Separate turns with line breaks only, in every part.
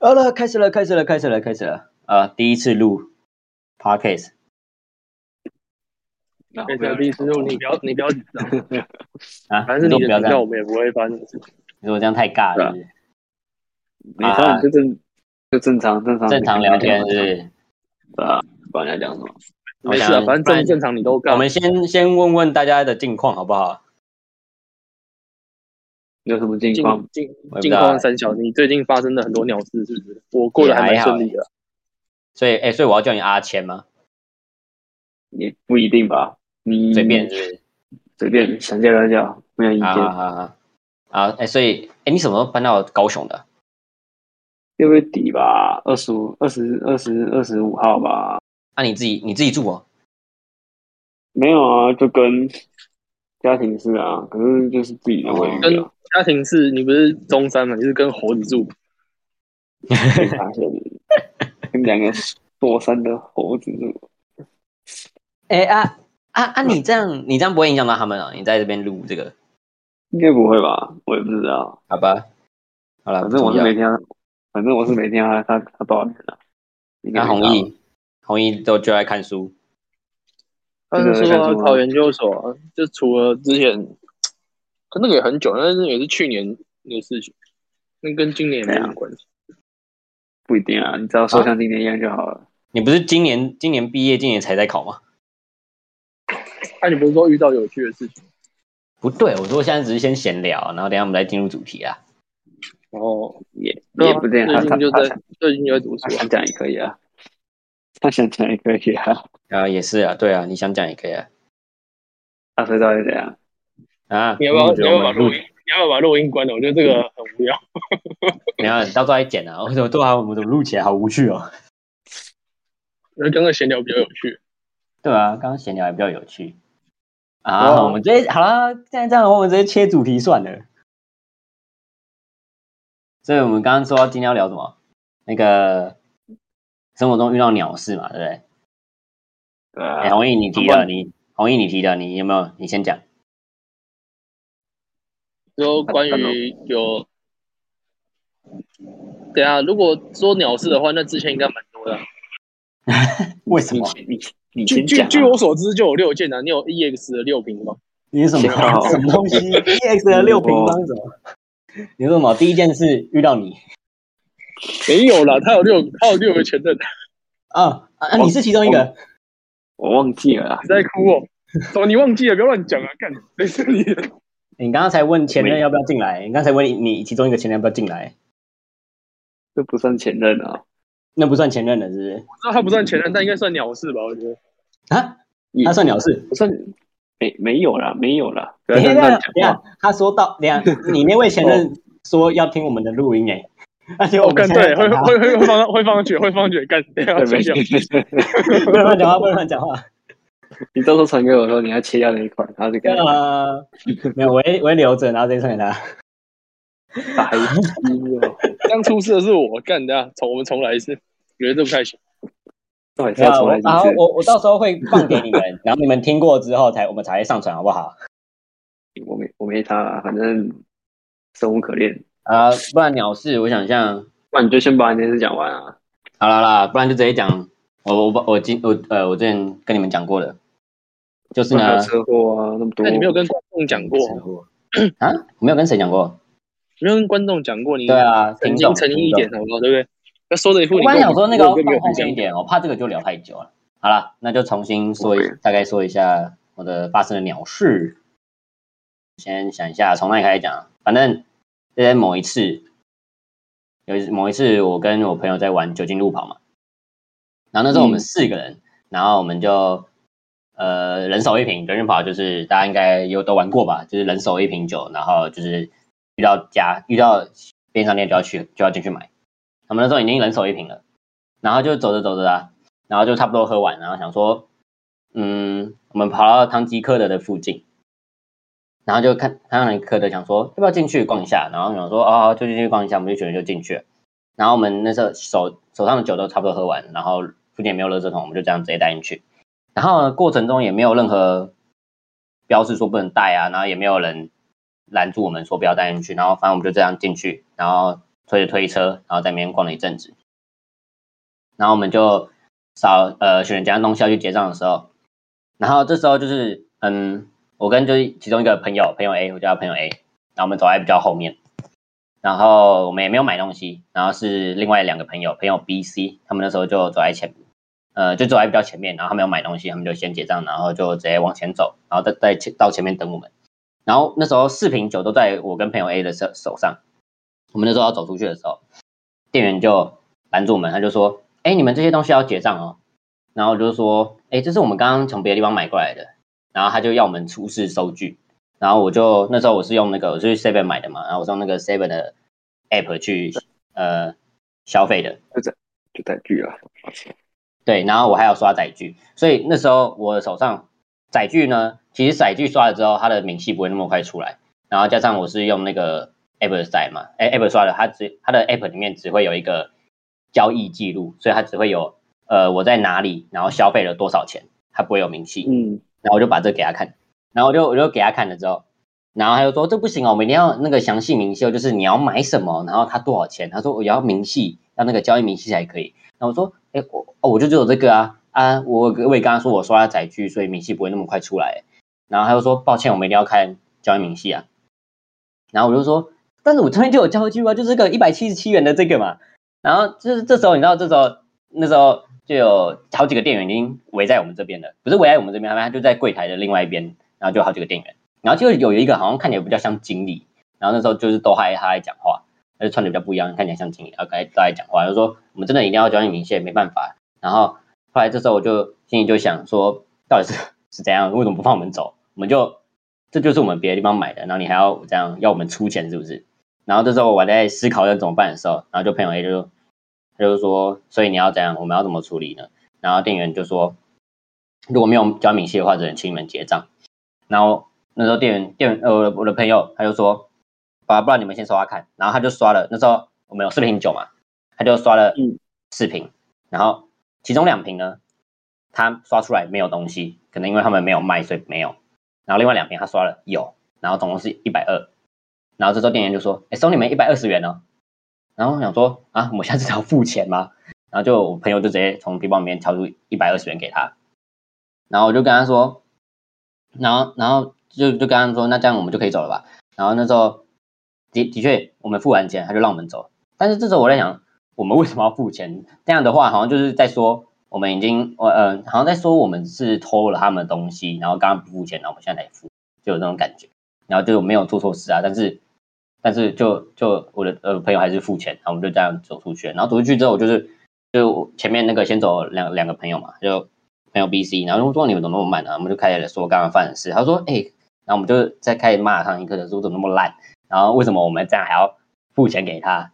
好了，开始了，开始了，开始了，开始了。呃，第一次录 podcast，
那
对
不要
小弟，师傅，你
你不要你不要紧张，
啊，
反正
你都
是你
不
的
要这
股票，
样
我，们也不会翻。你
你说我这样太尬了是不是
看，我们就正就正常正常
啊正常聊天是不是？
啊对啊，管人家讲什么。
我
没
想
事啊，反正
不然
正正常你都干。
我们先先问问大家的近况好不好？
有什么近
近
况？
近
我也不知
近
道
况三小，你最近发生了很多鸟事，是不是？我过得还蛮顺利的，
所以，哎、所以我要叫你阿谦吗？
也不一定吧。你
随便是不是？
随便想叫就叫，没有意
啊
见。
啊啊！啊，哎、所以，哎、你什么时候搬到高雄的？
六月底吧，二十五、二十二、十二十五号吧。
啊，你自己你自己住哦？
没有啊，就跟家庭是啊，可是就是自己的卫
哦
跟
浴啊，
家庭是你不是中山嘛，你是跟猴子住，
被发现了跟两个多山的猴子住。
哎、啊啊啊！你这样你这样不会影响到他们啊？你在这边录这个，
应该不会吧？我也不知道，
好吧？好了，
反正我是
没。
每天，反正我是每天他他他多少年了？应该
那
没
弘
差吧
毅，弘毅都就爱看书，
他
真
嗯是
的在
说
看
要
书吗
考研究所啊，就除了之前，可那个也很久，但是也是去年的事情，那跟今年也没什么关系。
不一定啊，你只要说像今年一样就好了。
你不是今年今年毕业，今年才在考吗？
那你不是说遇到有趣的事情？
不对，我说现在只是先闲聊，然后等一下我们再进入主题啊。哦
然后
也也
啊
不这样，他
最
他
近就
他
在
想
最近就在读书
他
啊
想，讲也可以啊， 他想讲也可以啊。
啊，也是啊，对啊，你想讲也可以啊。
他所以到底怎样？
啊，
你要不要
我觉得
你要
我
不要把
们
录音你要不要把录音关了？我觉得这个很无聊。
你要到时候再剪啊。 我怎么都好，我们怎么录起来好无趣哦？
我觉得刚刚闲聊比较有趣。
对啊，刚刚闲聊也比较有趣啊。
哦
我们直接好了，现在这样的话，我们直接切主题算了。所以我们刚刚说今天要聊什么？那个生活中遇到鸟事嘛，对不对？
对
哎、
啊，
弘毅你提
好
的，
吧
你弘毅你提的，你有没有？你先讲。
说关于有，对啊，如果说鸟事的话，那之前应该蛮多的啊。
为什
你
么？
你你
据
先
据
讲啊。
据我所知，就有六件啊。你有 EX 的六瓶吗？
你是什么
先讲
什么 东西？EX 的六平
哦
方是什么？你说什么？第一件事遇到你
没有啦，他有六，他有六个前任，你
啊啊！
哦
你是其中一个
我忘记了啊，
在哭哦。什么？你忘记了？不要乱讲啊！干，没事你。
你刚刚才问前任
没
要不要进来，你刚才问你其中一个前任要不要进来，
这不算前任啊，
那不算前任了，是不是？
我知道他不算前任，但应该算鸟事吧？我觉得。
啊，
也
他算鸟事。
不算没没有啦，没有啦，不要
等一下，
乱乱
等一
讲话。哦
下，他说到，等一下，你那位前任说要听我们的录音哎，而且我
哦干
们现在
对，
讲
会
他
会会会放上会放上去，会放上去。干，等一下
对，
睡
没
觉。
事。
不能乱讲话，不能乱讲话。
你到时候传给我说你要切掉那一块，然后就给他
呃，没有，我会我会留着，然后再送给他。
打一击哦。
刚出事的是我，干等一下重我们重来一次。我觉得这不太行。
到底是
对
要
啊，
重
我
来几
然后
次？
我我到时候会放给你们， 然后你们听过之后才我们才会上传，好不好？
我没我没他啊啦，反正生无可恋。
啊、不然鸟事，我想一下，
那你就先把你那事讲完啊。
好啦啦，不然就直接讲，我我把我今我呃我之前跟你们讲过的，就是
还有
呢，
车祸啊，那么多。
那你没有跟观众讲过？
车祸啊，我没有跟谁讲过？
你没有跟观众讲过？你
对啊，
曾
听
经
众
诚意
听
一
众
点，好不好？对不对？那说的一副
我
你
本来想说那个要
跟我
放
很
后面
像
一。点，我怕这个就聊太久了。好了，那就重新说一
OK
大概说一下我的发生的鸟事。先想一下，从哪里开始讲？反正就在某一次，有一某一次我跟我朋友在玩酒精路跑嘛，然后那时候我们
嗯
四个人，然后我们就呃人手一瓶酒精跑，就是大家应该有都玩过吧，就是人手一瓶酒，然后就是遇到家遇到便利商店就要去就要进去买，我们那时候已经人手一瓶了，然后就走着走着啊，然后就差不多喝完，然后想说，嗯，我们跑到唐吉诃德的附近，然后就看唐吉诃德想说要不要进去逛一下，然后想说哦，就进去逛一下，我们就群人就进去了。然后我们那时候手手上的酒都差不多喝完，然后附近也没有垃圾桶，我们就这样直接带进去。然后呢，过程中也没有任何标志说不能带啊，然后也没有人拦住我们说不要带进去，然后反正我们就这样进去，然后推着推车，然后在那边逛了一阵子。然后我们就扫呃选了几样东西要去结账的时候，然后这时候就是嗯，我跟就是其中一个朋友朋友 A，我叫他朋友 A，然后我们走在比较后面，然后我们也没有买东西，然后是另外两个朋友朋友 B、C，他们那时候就走在前呃，就走在比较前面，然后他们要买东西，他们就先结账，然后就直接往前走，然后再再前到前面等我们。然后那时候四瓶酒都在我跟朋友 A 的手手上，我们那时候要走出去的时候，店员就拦住我们，他就说：“哎，你们这些东西要结账哦。”然后我就说：“哎，这是我们刚刚从别的地方买过来的。”然后他就要我们出示收据，然后我就那时候我是用那个我是去 Seven 买的嘛，然后我是用那个 Seven 的 app 去呃消费的，
就啊在聚了。
对，然后我还要刷载具，所以那时候我手上载具呢，其实载具刷了之后，它的明细不会那么快出来，然后加上我是用那个 app 载嘛，哎 app 刷的，它只它的 app 里面只会有一个交易记录，所以它只会有呃我在哪里，然后消费了多少钱，它不会有明细。
嗯，
然后我就把这个给他看，然后我就我就给他看了之后，然后他就说这不行哦，我们一定要那个详细明细哦，就是你要买什么，然后他多少钱，他说我要明细，要那个交易明细才可以。然后我说，哎，我哦我就只有这个啊啊，我我也跟他说我刷了载具，所以明细不会那么快出来。然后他就说抱歉，我们一定要看交易明细啊。然后我就说，但是我这边就有交易记录啊，就这个一百七十七元的这个嘛。然后就是这时候，你知道这时候那时候就有好几个店员已经围在我们这边了，不是围在我们这边，他们他就在柜台的另外一边，然后就有好几个店员，然后就有一个好像看起来比较像经理，然后那时候就是都还他在讲话，他就穿的比较不一样，看起来像经理，然后该都在讲话，就说我们真的一定要交易明细，没办法。然后后来这时候我就心里就想说，到底是是怎样，为什么不放我们走？我们就这就是我们别的地方买的，然后你还要这样要我们出钱是不是？然后这时候我还在思考要怎么办的时候，然后就朋友 A 就说他就说，所以你要怎样？我们要怎么处理呢？然后店员就说，如果没有交明细的话，只能请你们结账。然后那时候店员店员呃我的我的朋友他就说，啊，不然你们先刷刷看。然后他就刷了，那时候我们有四瓶酒嘛，他就刷了
嗯
四瓶，然后其中两瓶呢，他刷出来没有东西，可能因为他们没有卖，所以没有。然后另外两瓶他刷了有，然后总共是一百二。然后这时候店员就说，哎，收你们一百二十元哦。然后我想说啊，我现在是要付钱吗？然后就我朋友就直接从皮包里面掏出一百二十元给他，然后我就跟他说，然后然后就就跟他说，那这样我们就可以走了吧？然后那时候的的确我们付完钱，他就让我们走。但是这时候我在想，我们为什么要付钱？这样的话好像就是在说我们已经呃呃，好像在说我们是偷了他们的东西，然后刚刚不付钱，然后我们现在才付，就有这种感觉。然后就没有做错事啊，但是但是就就我的呃朋友还是付钱，然后我们就这样走出去，然后走出去之后我就是就我前面那个先走两两个朋友嘛，就朋友 B、C，然后我说你们怎么那么慢呢、啊？我们就开始说刚刚发生的事，他说哎、然后我们就在开始骂上一课的时候怎么那么烂，然后为什么我们这样还要付钱给他？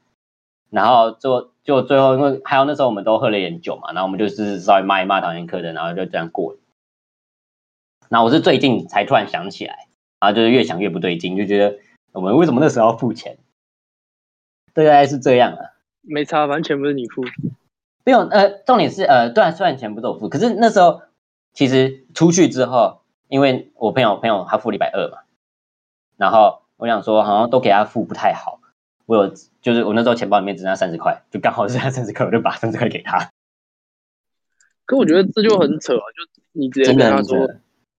然后就就最后因为还有那时候我们都喝了一点酒嘛，然后我们就是稍微骂一骂唐人课的，然后就这样过了。然后我是最近才突然想起来，然后就是越想越不对劲，就觉得我们为什么那时候要付钱？大概是这样啊。
没差，完全不是你付。
没有，呃，重点是，呃，对啊，虽然钱不是我付，可是那时候其实出去之后，因为我朋友朋友他付了一百二嘛，然后我想说好像都给他付不太好，我有就是我那时候钱包里面只剩下三十块，就刚好剩下三十块，我就把三十块给他，
可我觉得这就很扯啊！就你直接
真
跟
的
他
很
说，
扯。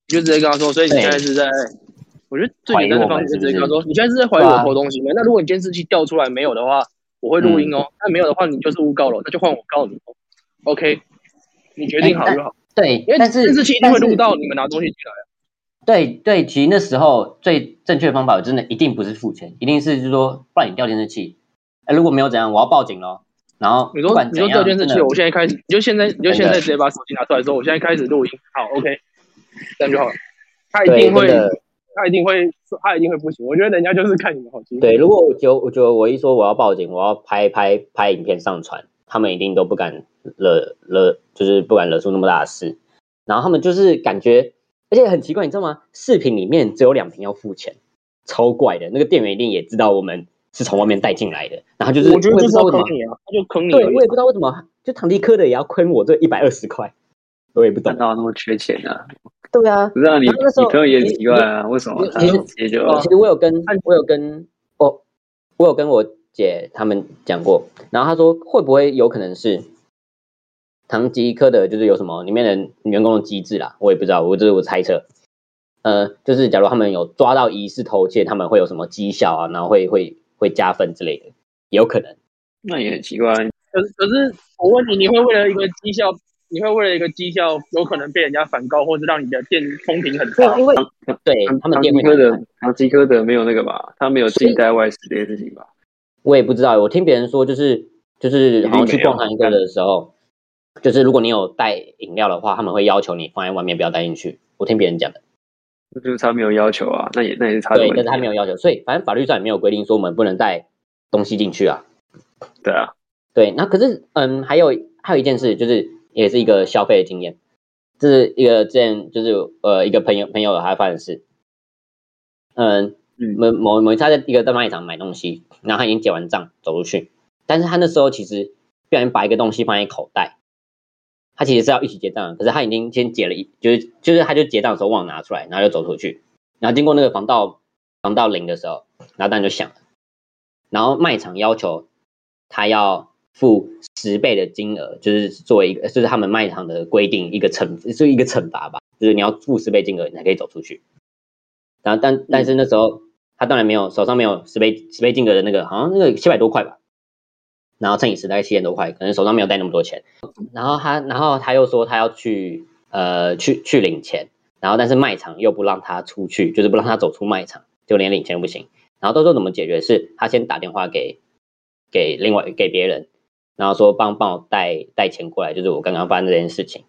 你就直接跟他说，所以你现在是在，我觉得最简单的方式就直接跟他说，你现在是在怀疑
啊
我偷东西吗？那如果你监视器调出来没有的话，我会录音
嗯
哦。那没有的话，你就是诬告了，那就换我告你。OK，你决定好就好，
对
因，为
哎但是
监视器一定会录
但
到
是
你们拿东西进来。
对对，其实那时候最正确的方法，真的一定不是付钱，一定是就是说，不然你掉监视器，哎，如果没有怎样，我要报警咯。然后
你
不
说
管
你
怎
说调
样，
监视
真
器，
的
我现在开始，你就现在你就现在直接把手机拿出来说，我现在开始录音，好，OK，这样就好了。他一
对
定会
真，的
他一定会，他一定会不行。我觉得人家就是看你们好心。
对，如果我就我觉得我一说我要报警，我要拍拍拍影片上传，他们一定都不敢惹惹，就是不敢惹出那么大的事。然后他们就是感觉，而且很奇怪，你知道吗？视频里面只有两瓶要付钱，超怪的。那个店员一定也知道我们是从外面带进来的，然后就是
我觉
也
得就
不知
是
道为
要
什
坑
么，
你啊，他就坑你而
对
已。
我也不知道为什么，就堂弟科的也要坑我这一百二十块，我也不懂
看。到那么缺钱啊？
对啊，
不是啊，你
然后那时候
你朋友也很奇怪啊，为什么他
你哦
直接就
其实我有跟
啊
我有跟我我有跟我姐他们讲过，然后他说会不会有可能是唐吉诃德就是有什么里面的员工的机制啦，我也不知道，我这是我猜测。呃，就是假如他们有抓到疑似偷窃，他们会有什么绩效啊，然后会会会加分之类的，也有可能。
那也很奇怪。啊
可是可是我问你，你会为了一个绩效，你会为了一个绩效，有可能被人家反告，或是让你的店风评很
对啊
差，？
因为
唐
对
唐
他们
唐
店
吉
会
诃德，唐吉诃德没有那个吧？他没有自己带外食这些事情吧？
我也不知道，我听别人说就是就是
定
好像去
没有
逛韩哥的时候，就是如果你有带饮料的话，他们会要求你放在外面不要带进去。我听别人讲的，
那就是他没有要求啊，那也那也是他的
对，
问
但是
题
他
啊。
没有要求，所以反正法律上也没有规定说我们不能带东西进去啊。
对啊，
对，那可是嗯，还有还有一件事，就是也是一个消费的经验，这是一个之前就是呃一个朋友朋友他发生的事，嗯
嗯，
某某某一次他在一个大卖场买东西，然后他已经结完账走出去，但是他那时候其实不小心把一个东西放在口袋，他其实是要一起结账的，可是他已经先结了一，就是就是他就结账的时候忘了拿出来，然后就走出去，然后经过那个防盗防盗铃的时候，然后当然就响了，然后卖场要求他要付十倍的金额，就是作为一个，就是他们卖场的规定一个惩，就是一个惩罚吧，就是你要付十倍金额，你才可以走出去。然后但但是那时候他当然没有手上没有十倍十倍金额的那个，好像那个七百多块吧，然后乘以十大概七千多块，可能手上没有带那么多钱。然后他然后他又说他要去呃去去领钱，然后但是卖场又不让他出去，就是不让他走出卖场，就连领钱都不行。然后到时候怎么解决？是他先打电话给给另外给别人，然后说帮帮我带带钱过来，就是我刚刚发生这件事情。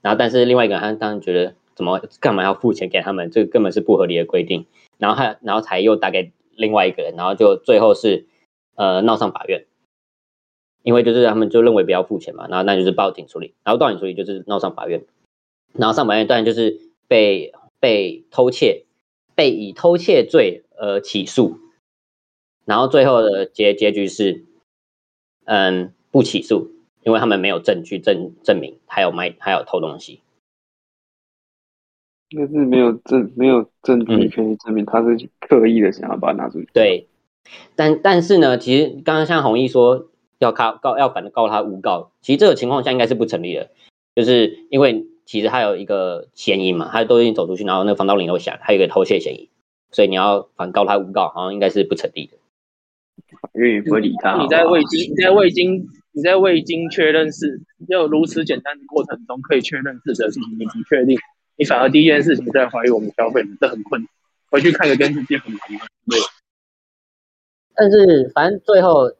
然后但是另外一个人他当然觉得怎么干嘛要付钱给他们，这个根本是不合理的规定。然后他然后才又打给另外一个人，然后就最后是呃闹上法院，因为就是他们就认为不要付钱嘛，然后那就是报警处理，然后报警处理就是闹上法院，然后上法院当然就是被被偷窃，被以偷窃罪呃起诉，然后最后的结结局是，嗯，不起诉，因为他们没有证据证证明还有卖还有偷东西。
那是没有证没有证据
嗯
可以证明他是刻意的想要把它拿出去。
对，但但是呢，其实刚刚像弘毅说要告告要反告他诬告，其实这个情况下应该是不成立的，就是因为其实他有一个嫌疑嘛，他都已经走出去，然后那个防盗铃又响，还有一个偷窃嫌疑，所以你要反告他诬告，好像应该是不成立的。
法院也不会理
嗯
他。
你在未经你在未经你在未经确认事，就如此简单的过程中可以确认事实的事情，你不确定，你反而第一件事情在怀疑我们消费者，这很困难。回去看个电视剧很难的。对，
但是反正最后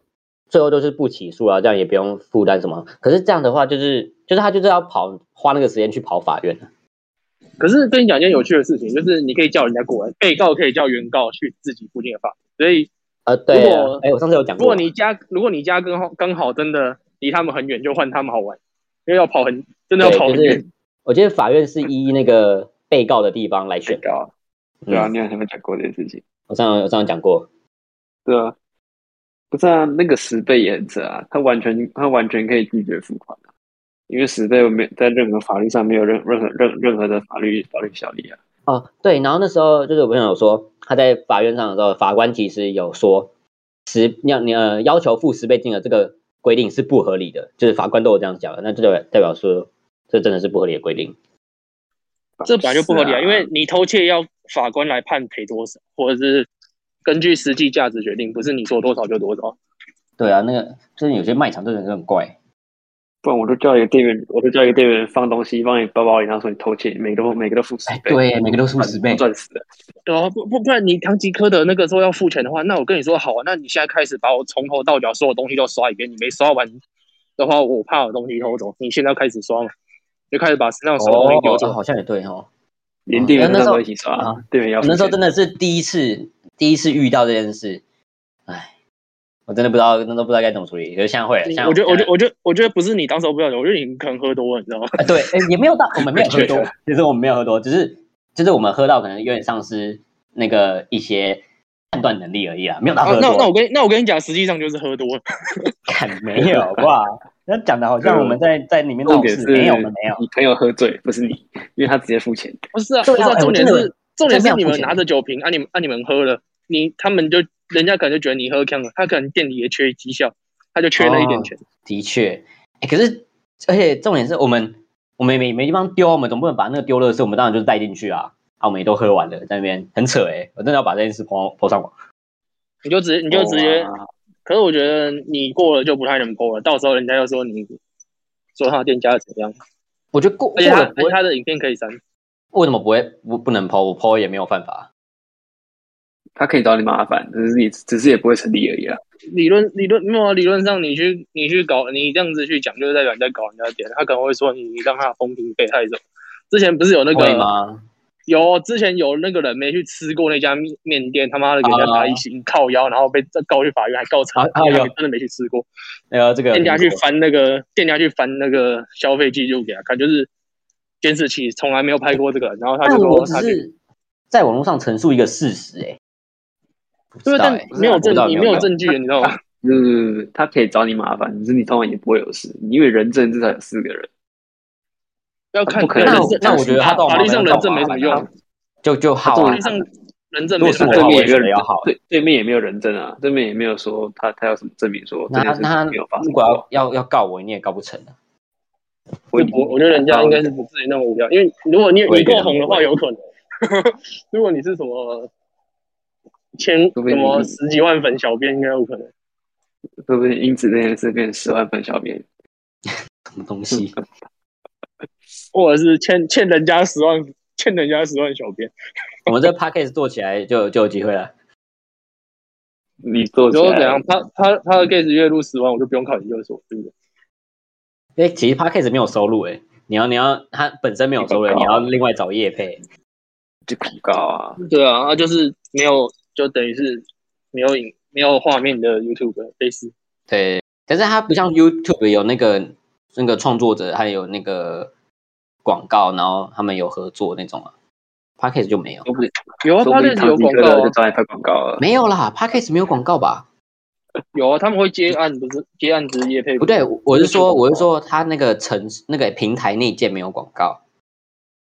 最后都是不起诉啊，这样也不用负担什么。可是这样的话，就是就是他就是要跑花那个时间去跑法院啊
可是跟你讲一件有趣的事情，就是你可以叫人家过来，被告可以叫原告去自己附近的法庭。所以
呃，对
如
啊
果，
哎，我上次有讲
如果
过，
你家如果你家刚好刚好真的离他们很远，就换他们好玩，因为要跑很 真的要
对，
跑
就
很远。
是我觉得法院是依那个被告的地方来选。
高，对啊，
嗯
你好像有讲过这件事情。
我上我上次讲过，
对啊，不是啊，那个十倍也很扯啊，他完全他完全可以拒绝付款啊，因为十倍我没有在任何法律上没有任任何任任何的法律法律效力啊。
哦，对，然后那时候就是我朋友有说，他在法院上的时候，法官其实有说十要你呃要求付十倍金额这个规定是不合理的，就是法官都有这样讲了，那这就代表说这真的是不合理的规定。
这本来就不合理啊，
是
因为你偷窃要法官来判赔多少，或者是根据实际价值决定，不是你说多少就多少。
对啊，那个就是有些卖场真的是很怪，
不然我就叫一个店员，我就叫一个店员放东西，放你包包里，然后说你偷窃，每个都每个都付十
哎
倍，
对，每个都是十倍。
赚死了。
对啊，不不不然你唐吉诃德那个时候要付钱的话，那我跟你说好啊，那你现在开始把我从头到脚所有东西都刷一遍，你没刷完的话，我怕我东西偷走，你现在要开始刷嘛，就开始把身上所有东西
哦
丢，走。
好像也对哦。
连店员
那时候
都一起刷
啊，
店员要
我
付
那时候
钱
真的是第一次，第一次遇到这件事，哎，我真的不知道，那都不知道该怎么处理。可是现在会了，现在
我觉得，我觉
现
得，我觉得，我觉得不是你当时不知道，我觉得你可能喝多了，你知道吗？
在啊对，哎也没有到我们没有喝
我
多
觉，
其实我们没有喝多，只是就是我们喝到可能有点丧失那个一些判断能力而已啊，没有到
啊
喝
那那
多
我。跟那我跟你讲，实际上就是喝多了。
看、没有好不好？那讲的好 像我们在在里面闹
重点
事，
是
没有，我们没有。
你朋友喝醉，不是你，因为他直接付钱。
不是啊，
对
不
啊
是啊，
哎
重点
我真
是重
真的
点是
要
你
付
们
钱
拿着酒瓶啊你，们啊你们喝了，你他们就人家可能就觉得你喝呛了，他可能店里也缺绩效，他就缺了
哦
一点钱。
的确，哎，可是而且重点是我们我们也没没地方丢，我们总不能把那个丢垃圾，我们当然就是带进去啊。啊，我们也都喝完了，在那边很扯哎、欸，我真的要把这件事抛抛上网。
你就直你就直接，可是我觉得你过了就不太能抛了，到时候人家又说你说他店家怎么样。
我觉得过
而且他
过了不会
而且他的影片可以删，
为什么不会不不能抛？我抛也没有犯法。
他可以找你麻烦，只是你只是也不会成立而已啊。
理论理论没有啊，理论上你去你去搞你这样子去讲，就是代表你在搞人家的店，他可能会说你你让他风评被害走。之前不是有那
会
个
吗？
有之前有那个人没去吃过那家面面店，他妈的给人家打一星靠腰，然后被告去法院，还告成
啊，啊有
真的没去吃过。
那个这个
店家去翻那个店家去翻那个消费记录给他看，就是监视器从来没有拍过这个人，然后他
但
就
我
说
只
他去，
是在网络上陈述一个事实哎、欸。不知
对，啊
道
但
欸
没有证
不知道
据，
有
没
没
有
有
证据，你知道吗？
就是他可以找你麻烦，只是你通常也不会有事，因为人证至少有四个人。
要看
不可能
人
那我
证
那我觉得他到
法律上
麻烦
人证没什么用，
就就好
法
啊
律。上人证
如果
没什
是
么
我
用
的话，
对
我也
面也没
觉
有
得要好。
对，对面也没有人证啊，对面也没有说他他有什么证明说这
那
件事
那
情没有发生
如果要要要告我，你也告不成啊。
我
就我我觉得人家应该是不至于那么无聊，因为如果你
我
你
也觉
够
得
红的
不
话，
会
有可能。 如果你是什么千
除非
什
你
么
是
十几万粉小编，应该有可能。
会不会因此这件事变十万粉小编？
什么东西？
或者是欠欠人家十万，欠人家十万小编，
我们这 podcast 做起来就就有机会了。
你做
你
起
说
来
怎样？他他他的 case 月入十万，我就不用考研究所，对不对？
哎，其实 podcast 没有收入哎，你要你要它本身没有收入，
广告
你要另外找业配。
就苦告啊？
对啊，那就是没有，就等于是没有影没有画面的 YouTube 类似。
对，但是它不像 YouTube 有那个那个创作者，还有那个广告，然后他们有合作那种啊。podcast 就没有，
说不定
有啊，
说
他
不
那
定唐
有
吉
广
诃德
告
就
啊，
找你拍广告了。
没有啦，podcast 没有广告吧？
有啊，他们会接案，不是接案子业配。
不对，我我是说，
YouTube
我是说它那个城那个平台内建没有广告。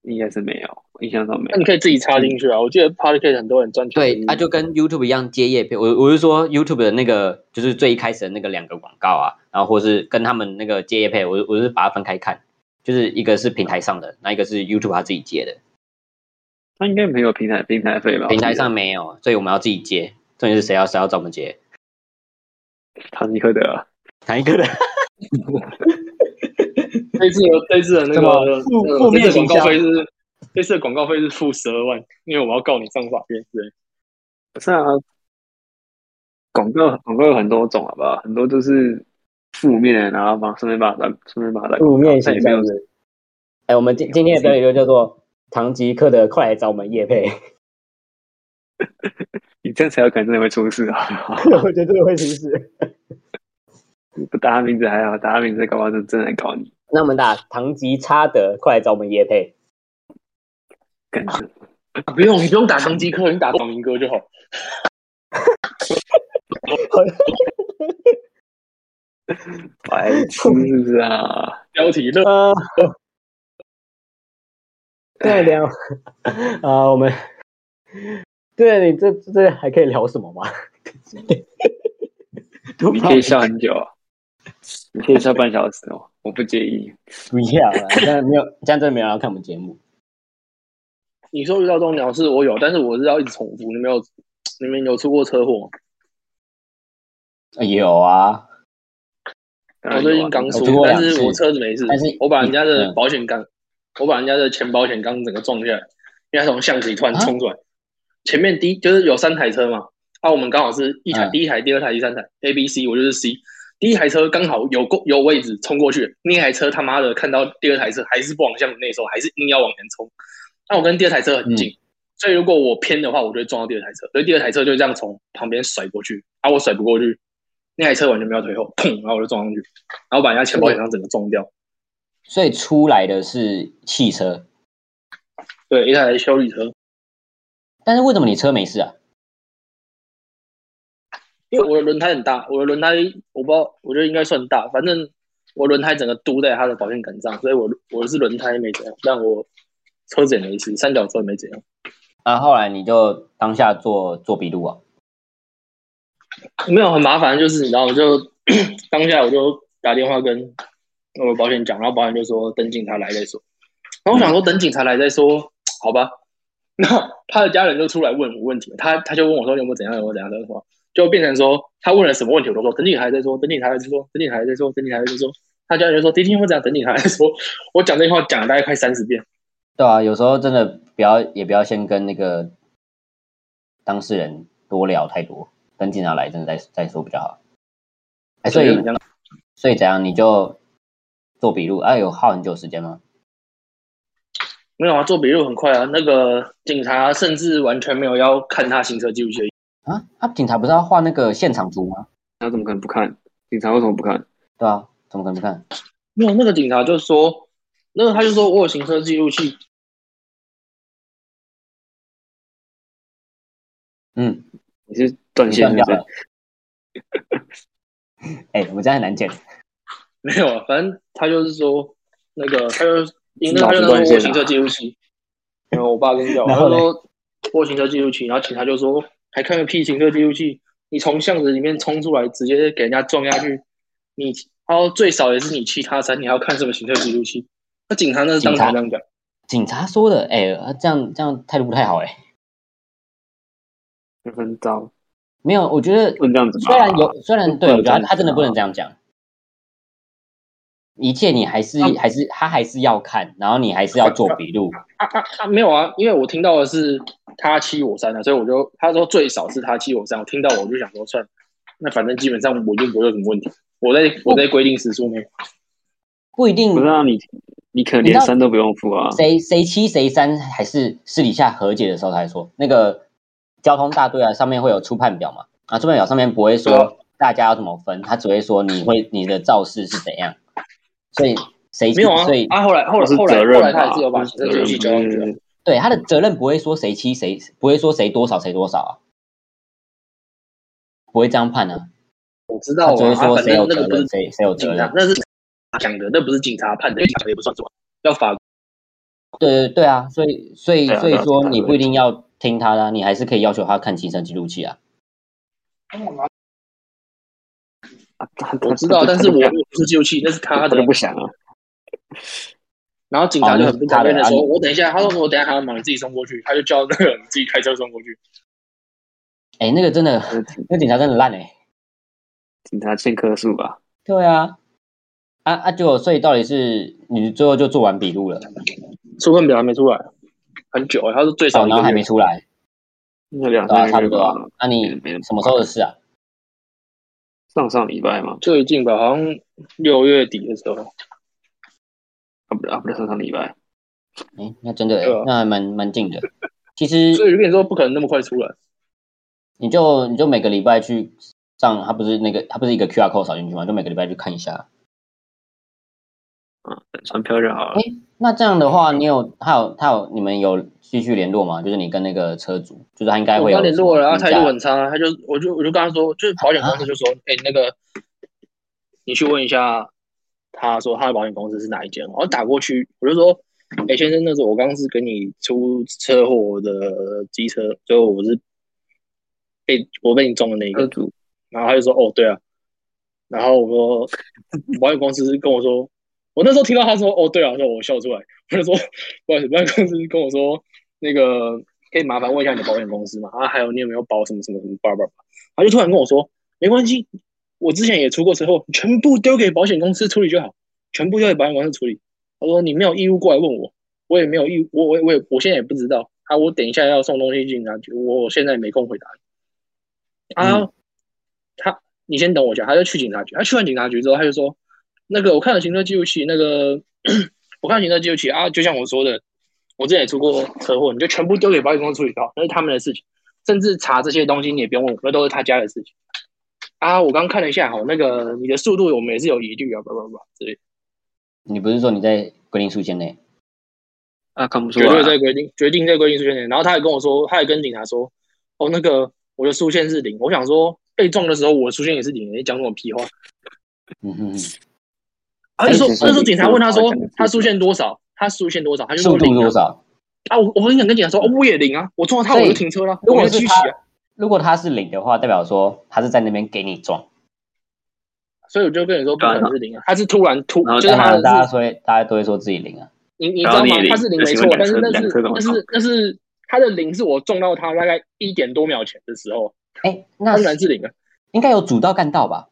应该是没有，印象中没
那
有
你。可以自己插进去啊。我记得 Podcast 很多人赚钱。
对，它、啊就跟 YouTube 一样接业配。我我是说 YouTube 的那个，就是最一开始的那个两个广告啊，然后或是跟他们那个接业配，我我是把它分开看，就是一个是平台上的，那一个是 YouTube 它自己接的，
他应该没有平台平台费吧？
平台上没有，所以我们要自己接。重点是谁要谁要找我们接？
唐吉诃德啊，
哪一个的？
这次的这次的那
什
个
么负
那个
负面
这次的广
形
告
象
费是这次的广告费是负十二万，因为我要告你上法院之类的。
不是啊。广告广告有很多种，好不好？很多都是负面的，然后帮顺便把它顺便把它
负面
形象是。
哎，我们今今天的标题就叫做“唐吉诃德，快来找我们叶配。
你这样才有可能真的会出事啊！”
我觉得这个会出事。
不打他名字还好，打他名字搞不好就真的来搞你。
那我们打“唐吉差德，快来找我们叶配
感觉
啊不用，你不用打唐吉诃，你打广明哥就好。”。
白 痴是不是啊？
标题乐，
呃， 对聊啊，我们对你这这还可以聊什么吗？
你可以笑很久啊，你可以笑半小时哦，我不介意。
不要了，这样没有，这样真的没有人要看我们节目。
你说遇到这种鸟事我有，但是我是要一直重复。你没有，你们有出过车祸吗？
呃有啊，
当然有
我
啊
最近刚出
我出，过
但
两次
是我车子没事，
但是
我把人家的
嗯
保险杠，我把人家的前保险杠整个撞下来，因为他从巷子里突然
啊
冲出来，前面第一就是有三台车嘛，啊，我们刚好是一台，
嗯
第一台、第二台、第三台，A、B、C，我就是 C。第一台车刚好有够有位置冲过去，那台车他妈的看到第二台车还是不往巷子内收，还是硬要往前冲。那我跟第二台车很
嗯
近，所以如果我偏的话，我就会撞到第二台车，所以第二台车就这样从旁边甩过去，啊，我甩不过去，那台车完全没有退后，砰，然后我就撞上去，然后把人家前保险杠整个撞掉。
所以出来的是汽车，
对，一台修理车，
但是为什么你车没事啊？
因为我的轮胎很大，我的轮胎我不知道，我觉得应该算大，反正我轮胎整个嘟在它的保险杆上，所以我我是轮胎没怎样，但我车子也没事，三角车也没怎样。
啊，后来你就当下做做笔录啊？
没有很麻烦，就是你知道，我就 当下我就打电话跟我保险讲，然后保险就说等警察来再说。然后我想
嗯
说等警察来再说，好吧。那他的家人就出来问我问题，他他就问我说有没有怎样，有没有怎样，怎样怎样，就变成说他问了什么问题，我都说等警察来再说，等警察来再说，等警察来再说，等警察来再说。他家人就说第一天会这样，等警察来再说。我讲这句话讲了大概快三十遍。
对啊，有时候真的不要，也不要先跟那个当事人多聊太多，跟警察来真的再再说比较好。哎，所以
这样
所以怎样你就做笔录？哎、啊，有耗很久时间吗？
没有啊，做笔录很快啊。那个警察甚至完全没有要看他行车记录器的意思，
啊，啊，警察不是要画那个现场图吗？
他怎么可能不看？警察为什么不看？
对啊，怎么可能不看？
没有那个警察就说，那个他就说我有行车记录器，
嗯，
你是断线
断
是
掉
不是
了？。哎、我们这样很难剪。
没有啊，反正他就是说那个他就因为
脑
他
子
就
断
那
线了
说我行车记录器，然后我爸跟你讲，
然
他
后嘞
说我有行车记录器，然后警察就说还看个屁行车记录器，你从巷子里面冲出来直接给人家撞下去，你他说最少也是你七他三，你还要看什么行车记录器？那警察那是当场这样讲，
警察说的，哎、这样这样态度不太好、哎，
十分糟，
没有，我觉得
不能这样子吧。
虽然有，虽然对，
不能
我觉
这
得
样
他
子
他真的不能这样讲。一切你还是
嗯
还是他还是要看，然后你还是要做笔录。
啊啊啊没有啊，因为我听到的是他七我三啊，所以我就他说最少是他七我三，我听到我就想说算了，那反正基本上我就不会有什么问题，我在我在规定时速内。
不一定
不是让你，你可能
你知
连
道
三都不用付啊。
谁谁七谁三，还是私底下和解的时候才说。那个交通大队啊，上面会有初判表嘛？啊，初判表上面不会
对啊
说大家要怎么分，他只会说你会你的肇事是怎样。所以谁
没有啊
所以，
啊，后来后
不
来
是
后来
责任
后来他
吧？
也是有把
不是
这个游戏交上去
责
了
任。
对他的责任不会说谁七谁，不会说谁多少谁多少啊，不会这样判啊。
我知道
他只
啊，
会
啊
说
反
谁有
正
责
那个不是
任，谁谁有责
警察
任，。啊
那是讲的，那不是警察判的，因为警察也不算什么，要法
对对对啊，所以所以
对啊
所以
对啊
说
对啊
你不一定要听他的啊，你还是可以要求他看行车记录器啊。
啊他
我知道，
他
但是我我不是记录器，那是他
他
的
就。不想啊。
然后警察就很不
哦那是他
甘
的
愿的说
啊：“
我等一下。”他说：“我等一下还要忙，你自己送过去。”他就叫那个人自己开车送过去。
哎，那个真的，那警察真的烂哎、
警察欠棵树吧？
对啊，啊啊就所以到底是你最后就做完笔录了，
处分表还没出来，很久了，他说最
哦
少一
然后
个
还
月
没。出来，
那两
对啊，
三
差不
个月
多
吧
啊。，那你
没
什么时候的事啊？
上上礼拜嘛，
最近吧，好像六月底的时候，
啊不啊不是上上礼拜，
哎，那真的、欸
对啊，
那还蛮蛮近 的。其
所以
实
就跟你说不可能那么快出来。
你就你就每个礼拜去上，它不是那个它不是一个 QR code 扫进去吗？就每个礼拜去看一下。
传票就好了
哎。那这样的话，你有他有他有你们有继续联络吗？就是你跟那个车主，就是他应该
我
会
跟
有
他联络
什
了，他啊
么
态
评
度
价
很差，他就我就我就跟他说，就是保险公司就说，哎、那个你去问一下，他说他的保险公司是哪一间？我打过去，我就说，哎、先生，那时候我刚刚是跟你出车祸的机车，最后我是被我被你撞的那一
车
个，
主
然后他就说，哦，对啊，然后我说保险公司跟我说，我那时候听到他说，哦，对啊，的时候我笑出来，我就说，不好意思，保险公司跟我说，那个可以麻烦问一下你的保险公司嘛？啊，还有你有没有保什么什么什么叭叭叭？他就突然跟我说，没关系，我之前也出过车祸，全部丢给保险公司处理就好，全部丢给保险公司处理。他说你没有义务过来问我，我也没有义务，我我我也我现在也不知道啊，我等一下要送东西进警察局，我我现在没空回答你啊。他你先等我一下，他就去警察局，他去完警察局之后，他就说那个我看了行车记录器，那个 我看了行车记录器啊，就像我说的，我之前也出过车祸，你就全部丢给保险公司处理掉，那是他们的事情，甚至查这些东西你也不用问我，那都是他家的事情。啊，我刚看了一下，哈，那个你的速度我们也是有疑虑啊，叭叭叭之类的，
你不是说你在规定数线内？
啊看不出
绝
来
对
啊，
在规定，决定在规定速限内。然后他也跟我说，他也跟警察说，哦，那个我的速限是零。我想说，被撞的时候我的速限也是零，你讲什么屁话？
嗯哼哼，
他就说
哎，
那时候警察问他说
这是
他速限多少，他速限多少，他就
速
说
度
零啊
多。少？
啊，我我很想跟警察说，哦，我也零啊，我撞到他
所
我
以
就停车了，
如
我
果
就是去
他
洗啊。
如果他是零的话，代表说他是在那边给你撞。
所以我就跟你说，不可能是零啊，他是突然突，
然后
就是
当
他
然，大家
是
所以大家都会说自己零啊。
你你知道
然后
吗
你？
他是零
就
没
请
错
问，
但
两车
是那
两
是
车怎
那
么
是那是他的零是我撞到他大概一点多秒前的时候，
哎，那
当然是零啊。
应该有主到干到吧？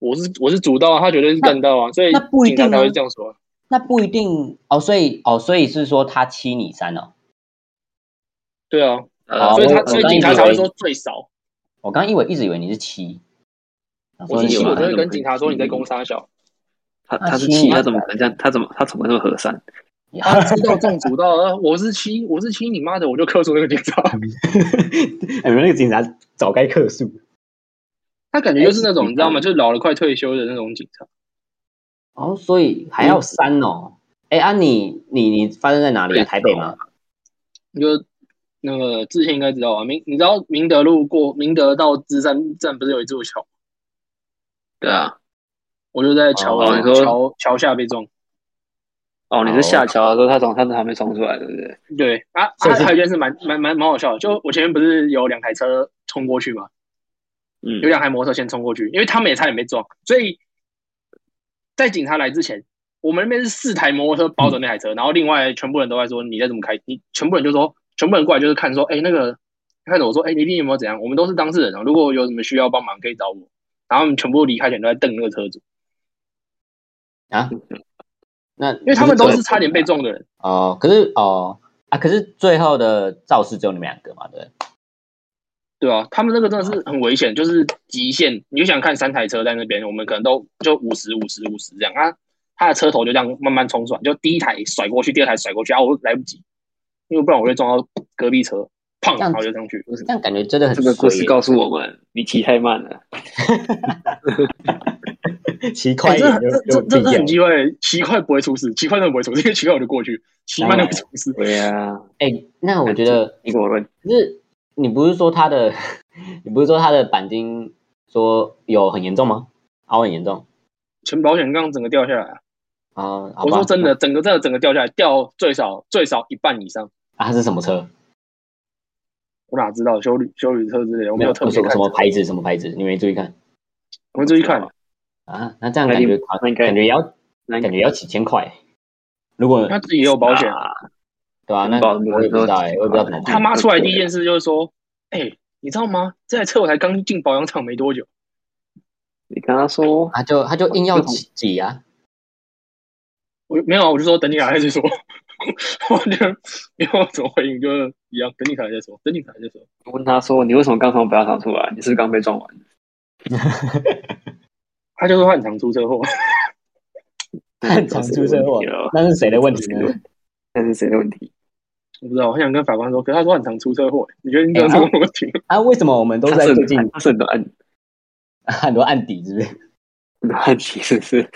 我是我是主道啊，他绝对是干道啊，所以
那不一
警察
定
才
啊
会这样说啊。
那不一定哦，所以哦，所以是说他七你三哦。
对啊，
好
呃，
所以
我
他
我
所以
刚
警察
以
才会
为
说最少。
我刚以为一直以为你是七，想说
我是
你
七，
有
我
啊
就会跟警察说你在攻杀小。
他
那
他是
七
气，
啊
他怎么可能这样？他怎么他怎么那么和善？
哎
他知道中主道啊，我是七，我是七，你妈的，我就克诉那个警察。
哎你们那个警察早该克诉。
他感觉就是那种你知道吗？就是老了快退休的那种警察。
哦，所以还
嗯
要三哦。哎、啊你，你你发生在哪里啊？
对
台北吗？
你就那个之前应该知道啊，明你知道明德路过明德到芝山站不是有一座桥？
对啊，
我就在桥、
哦你说
桥桥下被撞。
哦，你是下桥的时候，他从他是还没冲出来，对不对？
对啊，
所
还、
以
啊、
是
还有一件事蛮蛮蛮蛮好笑的，就我前面不是有两台车冲过去嘛，
嗯
有，两台摩托车先冲过去，因为他们也差点被撞，所以在警察来之前，我们那边是四台摩托车包着那台车，然后另外全部人都在说你在怎么开，你全部人就说，全部人过来就是看说，哎、那个看着我说，哎、你一定有没有怎样？我们都是当事人啊，如果有什么需要帮忙可以找我。然后我们全部离开前都在瞪那个车主，
啊？那因
因为他们都是差点被撞的人。
哦，可是哦啊，可是最后的肇事只有你们两个嘛，对不对？
对啊，他们那个真的是很危险，就是极限。你就想看三台车在那边，我们可能都就五十、五十、五十这样啊，他的车头就这样慢慢冲出来，就第一台甩过去，第二台甩过去，啊，我来不及，因为不然我会撞到隔壁车，砰，
这样
然
子
后就上去。
这样感觉真的很
这个故事
够
告诉我们，你骑太慢了。
奇
哎、
怪，
这这这这这很
很
机会，奇怪不会出事，奇怪真的不会出事，因为奇怪我就过去，奇
哦
慢的会出事。
对呀，
哎、那我觉得
因果论。
可是你不是说他的， 你不是说他的钣金说有很严重吗？凹很严重
全保险杠整个掉下来啊，
啊、好
我
吧
说真的，整个这整个掉下来，掉最少最少一半以上。
啊，他是什么车？
我哪知道修理修理车之类的，我没有特
什
别
么
看
什。么牌子，什么牌子，你没注意看
我们注意看，
啊？那这样
那
感
你
觉好
那应该
感觉也要
那
感觉也要几千块，如果
他自己也有保险啊。
啊，
对吧、啊？那
保
我也不知道哎、我也不知道怎么
他
办。
妈出来第一件事就是说，哎、你知道吗？这台车我才刚进保养厂没多久，
你跟他说，
他就他就硬要挤挤啊，
我没有啊，我就说等你来了再说。 我就没有怎么回应，就是一样，等你来了再说，等你来了再说。
问他说，你为什么刚从不要厂出来？你是不是刚被撞完？
他就说他很常出车祸，
很常出车祸
这是谁的问题了，
那是谁的问题 呢？
那是谁的问题？
我不知道，我很想跟法官说，可是他说他很常出车祸，你觉得应该
哎
什么问题？
啊，为什么我们都
他
在
是
最近
他是很多 案
很多案底，是不是？
很多案题，是不是？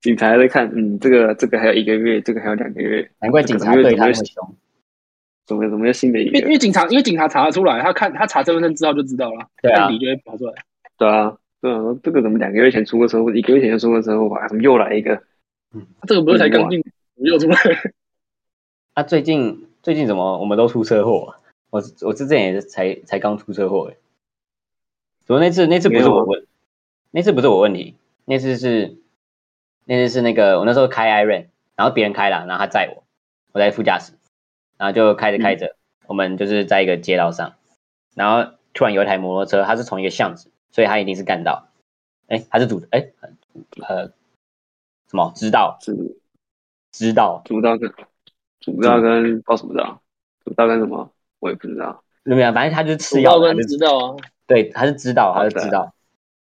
警察还在看，嗯，这个这个还有一个月，这个还有两个月，
难怪警察对他那么凶。
怎么怎么又新的一
因为因
个？
为警察，因为警察查得出来，他看他查身份证之后就知道了，
对啊
案底就会跑出来。
对啊，对啊，这个怎么两个月前出过车祸，一个月前就出过车祸吧？怎么又来一个？
这个不是才刚
嗯
进，我又出来。
啊，最近最近怎么我们都出车祸、啊？我我之前也是才才刚出车祸哎、欸。怎么那次那次不是我问，那次不是我问题，那次是那次是那个我那时候开 Iron，然后别人开了，然后他载我，我在副驾驶，然后就开着
嗯
开着，我们就是在一个街道上，然后突然有一台摩托车，它是从一个巷子，所以它一定是干道，哎，它是主哎呃什么知道
是
知道
主道跟主
嗯
道跟不知道什么道，主道跟什么？我也不知道。
怎么样？反正他就是吃
知
药的，
道跟
他就
知道啊，
对，他是知道，
好
他
的
是知道，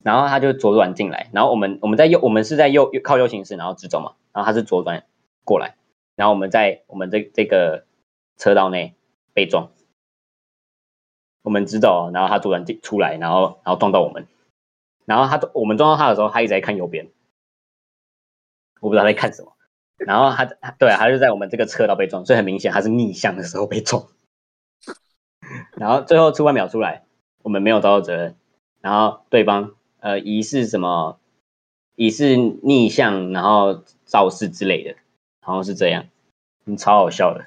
然后他就左转进来，然后我们我们在右，我们是在右右靠右行驶，然后直走嘛，然后他是左转过来，然后我们在我们这这个车道内被撞，我们直走，然后他左转进出来，然后然后撞到我们，然后他我们撞到他的时候，他一直在看右边，我不知道他在看什么，然后他他对、啊，他就在我们这个车道被撞，所以很明显他是逆向的时候被撞，然后最后出外秒出来。我们没有遭到责任。然后对方呃疑似什么疑似逆向，然后肇事之类的，好像是这样，嗯，超好笑的。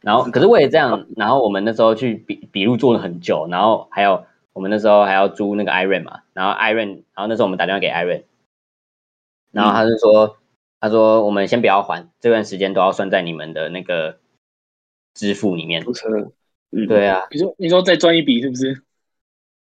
然后可是为了这样，然后我们那时候去笔笔录做了很久，然后还有我们那时候还要租那个 Iron 嘛，然后 Iron，然后那时候我们打电话给 Iron，然后他就说、他说我们先不要还，这段时间都要算在你们的那个支付里面。
不车，嗯，，
对啊，
你说你说再赚一笔是不是？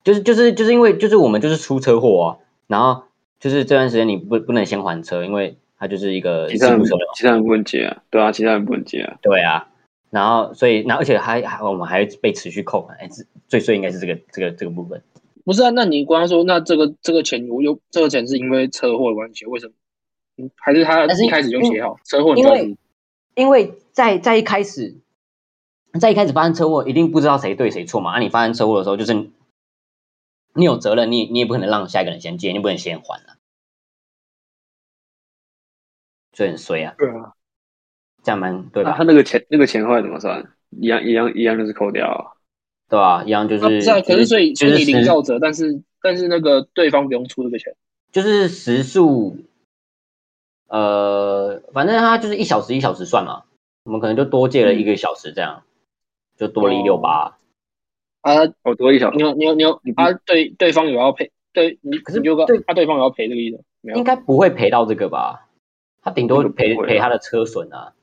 就是就是就是因为就是我们就是出车祸啊，然后就是这段时间你不不能先还车，因为它就是一个
其他
事
人
故车辆。
其他人不能接啊，对啊，其他人不能接啊，
对啊，然后所以那而且还还我们还被持续扣款，哎，这最最应该是这个这个这个部分。
不是啊，那你刚刚说那这个这个钱我又这个钱是因为车祸的关系，为什么？嗯还是他
但是
一开始就写好车祸你
因
就要
为因为在在一开始，在一开始发生车祸，一定不知道谁对谁错嘛。啊，你发生车祸的时候，就是你有责任，你你也不可能让下一个人先借，你不能先还啊，所以很衰啊，
对啊，
这样蛮对啊
那
吧？
他那个钱那个钱后来怎么算？一样一样一样就是扣掉啊，
对吧、一样就
啊不
是，
是啊，可是所以
就
所以
是
你领
时
告者，但是但是那个对方不用出这个钱，
就是时速，呃，反正他就是一小时一小时算嘛，我们可能就多借了
嗯
一个小时这样，就多了一六
哦
八。
啊，
哦，多一小
你有你有你有
你不
啊，对对方有要赔，对你
可是
你就跟
对
啊对方有要赔这个意思没
应
有？
该不会赔到这个吧？他顶多
这个不
赔
会啊
赔他的车损啊。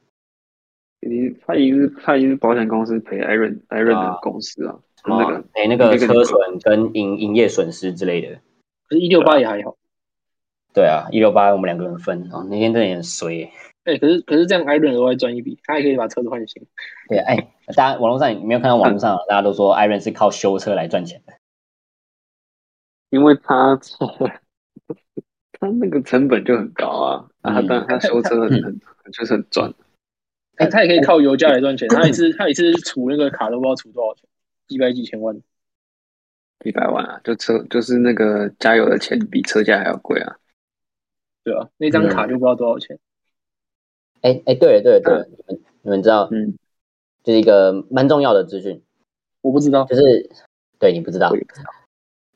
已经他已经是他已经是保险公司赔艾润艾润
啊
的公司啊，
什
那个
么赔那个
那个
车损跟营营业损失之类的，
可是一六
啊
八也还好，
对啊，一六八我们两个人分哦，那天真的也很衰耶。
哎，可是可是这样艾伦额外赚一笔，他也可以把车子换新。
对，哎，大家网络上你没有看到网络上啊大家都说艾伦是靠修车来赚钱的，
因为他 他那个成本就很高啊，啊，他
嗯
当然他修车很 很就是很赚，
哎，他也可以靠油价来赚钱，他一次他一次储那个卡都不知道储多少钱，几百几千万。
一百万啊，就车就是那个加油的钱比车价还要贵啊。
对啊，那张卡就不知道多少钱。
哎哎，对了对了对了，你们你们知道，
嗯，
这是一个蛮重要的资讯，
我不知道，
就是对你不知道
我也，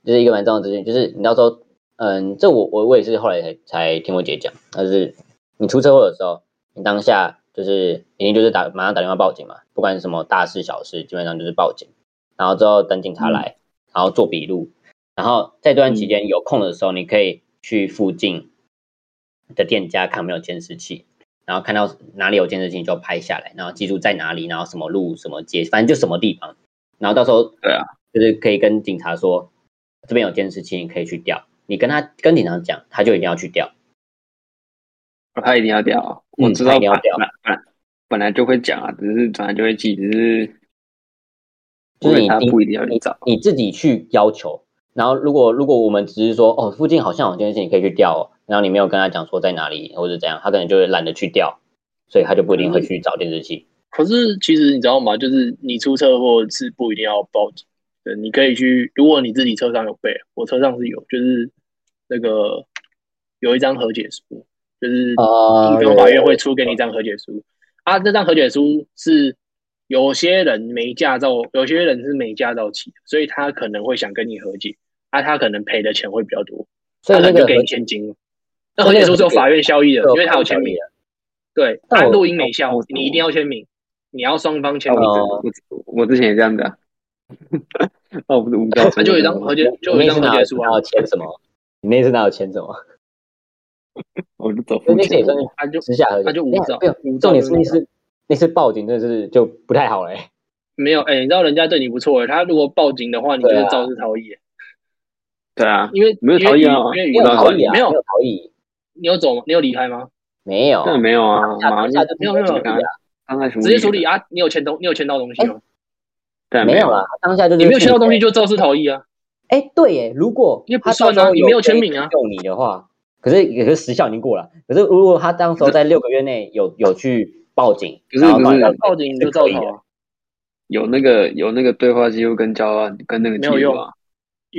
就是一个蛮重要的资讯，就是你到时候，嗯，这我我我也是后来才才听我姐讲，但是你出车祸的时候，你当下就是一定就是打马上打电话报警嘛，不管是什么大事小事，基本上就是报警，然后之后等警察
嗯
来，然后做笔录，然后在这段期间有空的时候，你可以去附近的店家看有没有监视器，然后看到哪里有监视器你就拍下来，然后记住在哪里，然后什么路、什么街，反正就什么地方。然后到时候
对啊，
就是可以跟警察说这边有监视器，你可以去调。你跟他跟警察讲，他就一定要去调。
他一定要掉啊，
嗯
我知道
他一
本
定要掉
本本本来就会讲啊，只是本来就会记，只是
就是你
因为他
你
不一定要去
你
找
你自己去要求。然后如果如果我们只是说哦附近好像有监视器，你可以去调、哦，然后你没有跟他讲说在哪里或者怎样，他可能就会懒得去调，所以他就不一定会去找监视器。
可是其实你知道吗？就是你出车祸是不一定要报警的，你可以去，如果你自己车上有备，我车上是有，就是那个有一张和解书，就是
呃
地方法院会出给你一张和解书啊。这张和解书是有些人没驾照，有些人是没驾照起的，所以他可能会想跟你和解，啊，他可能赔的钱会比较多，
所以
他
那
可能就
个
给你现金了。那和解书是有法院效益的，因为他有签名。对，
但
但
我
录音没效
我，
你一定要签名，你要双方签
啊，
名。
哦
我之我我之前也这样子啊， 那我不是无照，
那就有一张和解，就有
你
一
那
张
次
和
哪
解
有
书
哪
啊
有，签什么？你那次哪有签什么？
我就走
那
付
那次
钱
也，算是
他就
私下和解，
他就无照
没有没有
无
重
照
点是那
就
次那次报警真的是就不太好嘞、欸
没有。哎，你知道人家对你不错，他如果报警的话，你就
对
是
啊
肇事逃逸，
对啊，
因为
没有
因为
逃逸啊
没
语因为语
有
言
逃逸啊，没
没有，
有逃逸，
你有走吗？你有离开吗？
没有，
那没有啊，
哦下
马
当
上
下就
没有没有
直接处理啊
刚开始
直接处理，啊！你有签东，你有签到东西吗？
对啊，
没
没
有
啊，
啦，当下就是
你没有签到
处理
东西就肇事逃逸啊！
哎，对耶，如果
因为不
他到
算啊
时候
你没有签名啊
用你的话，可是可是时效已经过了，可是如果他当时候在六个月内有有去报警，
不是
然后
不
到
是
底
报警你就肇逃啊，
有那个有那个对话记录跟交换跟那个记
没有
录
用
啊，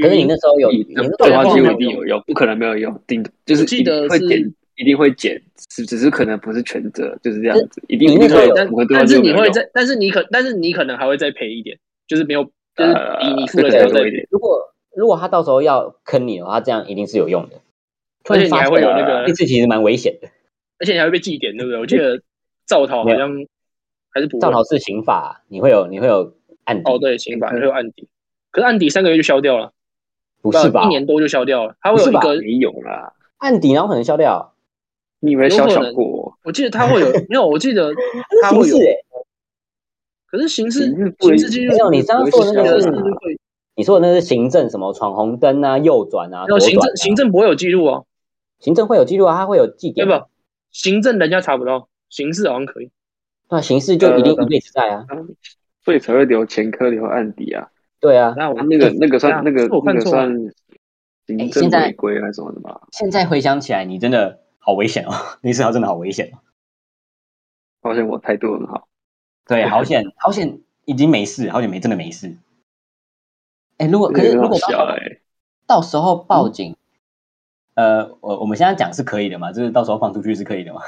可是你那时候有，
你
你那
对
时
话
候
记
有
有
录
报警
一定有用，不可能没有用，顶就是
我记得
一定会
是
减，一定会减，只只是可能不是全责，就是这样子，一定
你那
一定
时候
会
有
有
但
我们对话
但
记
是
录
你
没有
会
用
再，但是你可，但是你可能还会再赔一点，就是没有，就是比
呃
你付的
对
钱
多
再
一
赔
点，
如果如果他到时候要坑你的话，这样一定是有用的。
而且你还会有嗯那
突然发现啊
个
这，次其实蛮危险的。
而且你还会被记点，对不对？我记得肇逃好像还是不会
造？逃是刑法，你会有你会有案底
哦，对，刑法会有案底，可是案底三个月就消掉了，
嗯不是吧
一？年多就消掉了，它会有一
不
个，
啊没有啦，
案底然后可能消掉，
你以为小小过？
我记得它 会有，没有，我记得它
刑
会
事
有，
欸
可是刑事
刑事不
刑
一
事记录
没有你刚刚说的那
记
个
得
是
是会
你说的那是行政什么闯红灯啊、右转啊、
没有
左
行
转啊
政，行政不会有记录啊，
行政会有记录啊，它会有记
对
点啊，
吧？行政人家查不到，刑事好像可以。
那刑事就一定
呃
一辈子在啊，
所以才会留前科留案底啊。
对啊。
那我
那个那个
啊
算那个
是我
那
看
个
错了
算行政
哎现在
违规还是什么的吧？
现在回想起来，你真的好危险哦， 那时候真的好危险哦。
好像我态度很好，
对，好险，好险，已经没事，好险没真的没事。哎，如果可是
这个
如果到
很好
时
笑嗯
候
哎、
到时候报警，呃，我我们现在讲是可以的嘛，就是到时候放出去是可以的嘛？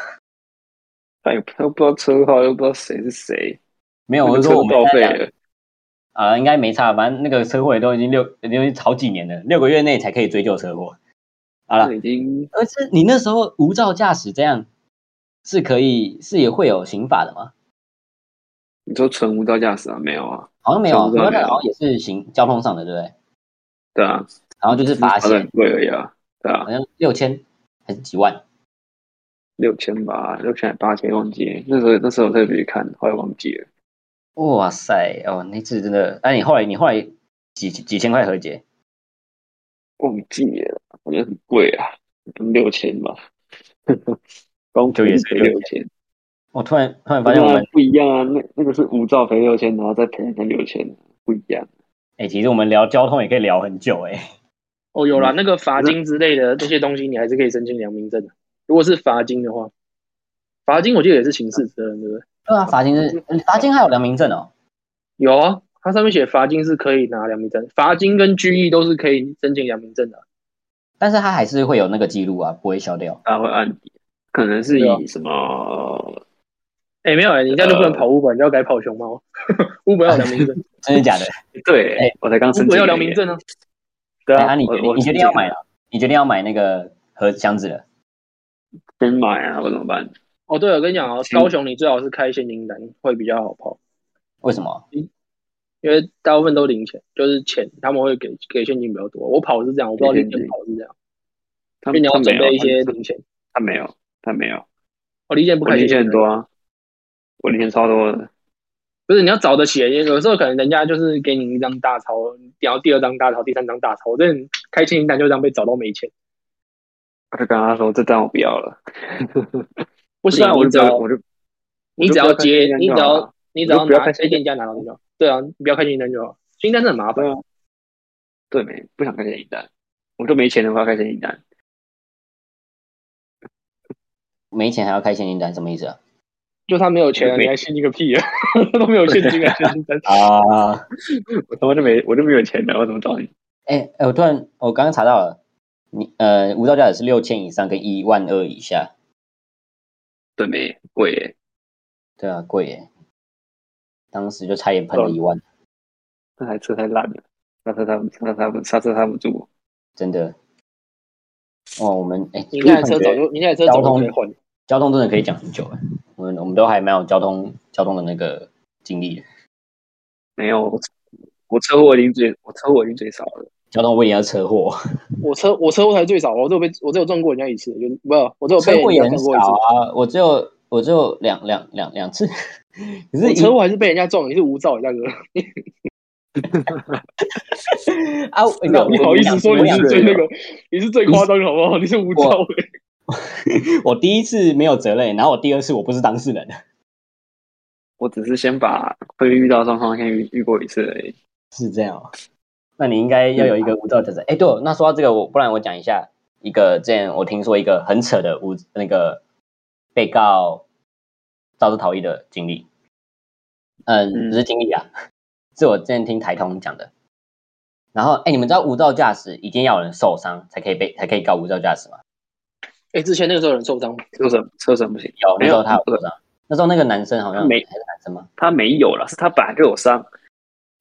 他也哎不他又不知道车号，又不知道谁是谁，
没有，我
那
是
个车
说我们
报
现
废
在讲
了，
啊、应该没差，反正那个车祸也都已经六已经好几年了，六个月内才可以追究车祸。好了
那，已经
而是你那时候无照驾驶这样是可以是也会有刑法的吗？
你说纯无照驾驶啊？没有啊，
好像没有啊，
全部都
好
没有
像好像也是行交通上的，对不对？
对啊，
然后就是罚
罚的
钱
很，贵而已啊，对啊
好，像六千还是几万，
六千吧，六千还八千忘记了，那时候那时候我特别去看，后来忘记了，
哇塞哦，那次真的，哎、你后来你后来几几千块和解，
忘记了，我觉得很贵啊，六千吧，光
就也是
赔
6000
六千，
我突然突然
不
发
是
现我
啊
们，
不一样啊，那那个是无照赔六千，然后再赔人家六千，不一样。
哎、其实我们聊交通也可以聊很久哎、
哦，有啦，
嗯
那个罚金之类的那些东西，你还是可以申请良民证的。如果是罚金的话，罚金我记得也是刑事责任，对不对？
对啊，罚金是罚金还有良民证哦，
有啊，它上面写罚金是可以拿良民证，罚金跟拘役都是可以申请良民证的。啊
但是它还是会有那个记录啊，不会消掉。
他会按底，可能是
对啊
以什么？
哎，没有哎、你这样就不
呃
能跑 Uber，、你要改跑熊猫。Uber 要良民证
真的假的？
对，
哎
我才刚 申
，Uber
请
要
而
良
已
民，证啊。
对
哎
啊，
啊，你
我
决定
我
你决定要买了，你决定要买那个盒箱子了。
先买啊，我怎么办？
哦，对了，我跟你讲哦，
行
高雄你最好是开现金单会比较好跑，
为什么？
因为大部分都零钱，就是钱他们会给给现金比较多。我跑是这样，我不知道
给
零
现
钱
金
跑是这样，
他
因为你要
他没
准
有
备一些
他
零钱。
他没有，他没有，
哦，零钱不
我
开
零
现
钱
金单
很多啊，我零钱超多的，
不是你要找得起，有时候可能人家就是给你一张大钞，然后第二张大钞，第三张大钞，我这人开清单就这样被找到没钱。
我就跟他说这单我不要了，
不
不啊
行，
我就
你只
不要
要
我就
你只要接，你只要
要
你只要
我就不要
拿
开清
被
单
店家拿到就好。对啊，你不要开清单就好，清单是很麻烦
对。啊，对没不想开现金单，我都没钱了，我要开现金单，
没钱还要开现金单，什么意思啊？
就他没有钱了，
没
你还信一个屁啊！ 他都没有现金啊，现金单。
啊，
我他妈就没我就没有钱了，我怎么找你？
哎哎，我突然我刚刚查到了，你呃无照驾驶是六千以上跟一万二以下，
对没贵耶，
对啊，贵耶。当时就差点喷了
嗯
一万，
那台车太烂了，刹车刹不刹车刹不刹车刹不住，
真的。哦，我们哎，
你那台
突然
车早
觉得
就，你那台车早就可以换了。
交通真的可以讲很久哎，我们我们都还蛮有交通交通的那个经历的，
没有，我我车祸已经最我车祸已经最少了，
交通为了车祸，
我车我车祸才最少，我只有被我只有撞过人家一次，就是不，我只有被
车祸
人
也
家
很
撞
少
过一次。
啊，我只有我只有两两两两次， 可是
我
一
车祸还是被人家撞，你是无照，大哥。
啊，我
那 不好意思说你是最那，
我两次
个，你是最夸张的好不好？你是无照欸。
我第一次没有责任，然后我第二次我不是当事人，
我只是先把会遇到的状况先遇遇过一次而已。
是这样哦。那你应该要有一个无照驾驶。哎，对哦，那说到这个，我不然我讲一下一个之前我听说一个很扯的无那个被告肇事逃逸的经历。嗯，
嗯
不是经历啊，是我之前听台通讲的。然后，哎，你们知道无照驾驶一定要有人受伤才可以被才可以告无照驾驶吗？
哎、之前那个时候有人受伤，
车神车神不行，
有，那
没
时
有呃
候他有受伤。那时候那个男生好像
没
还是男生吗？
他没有了，是他本来就有伤，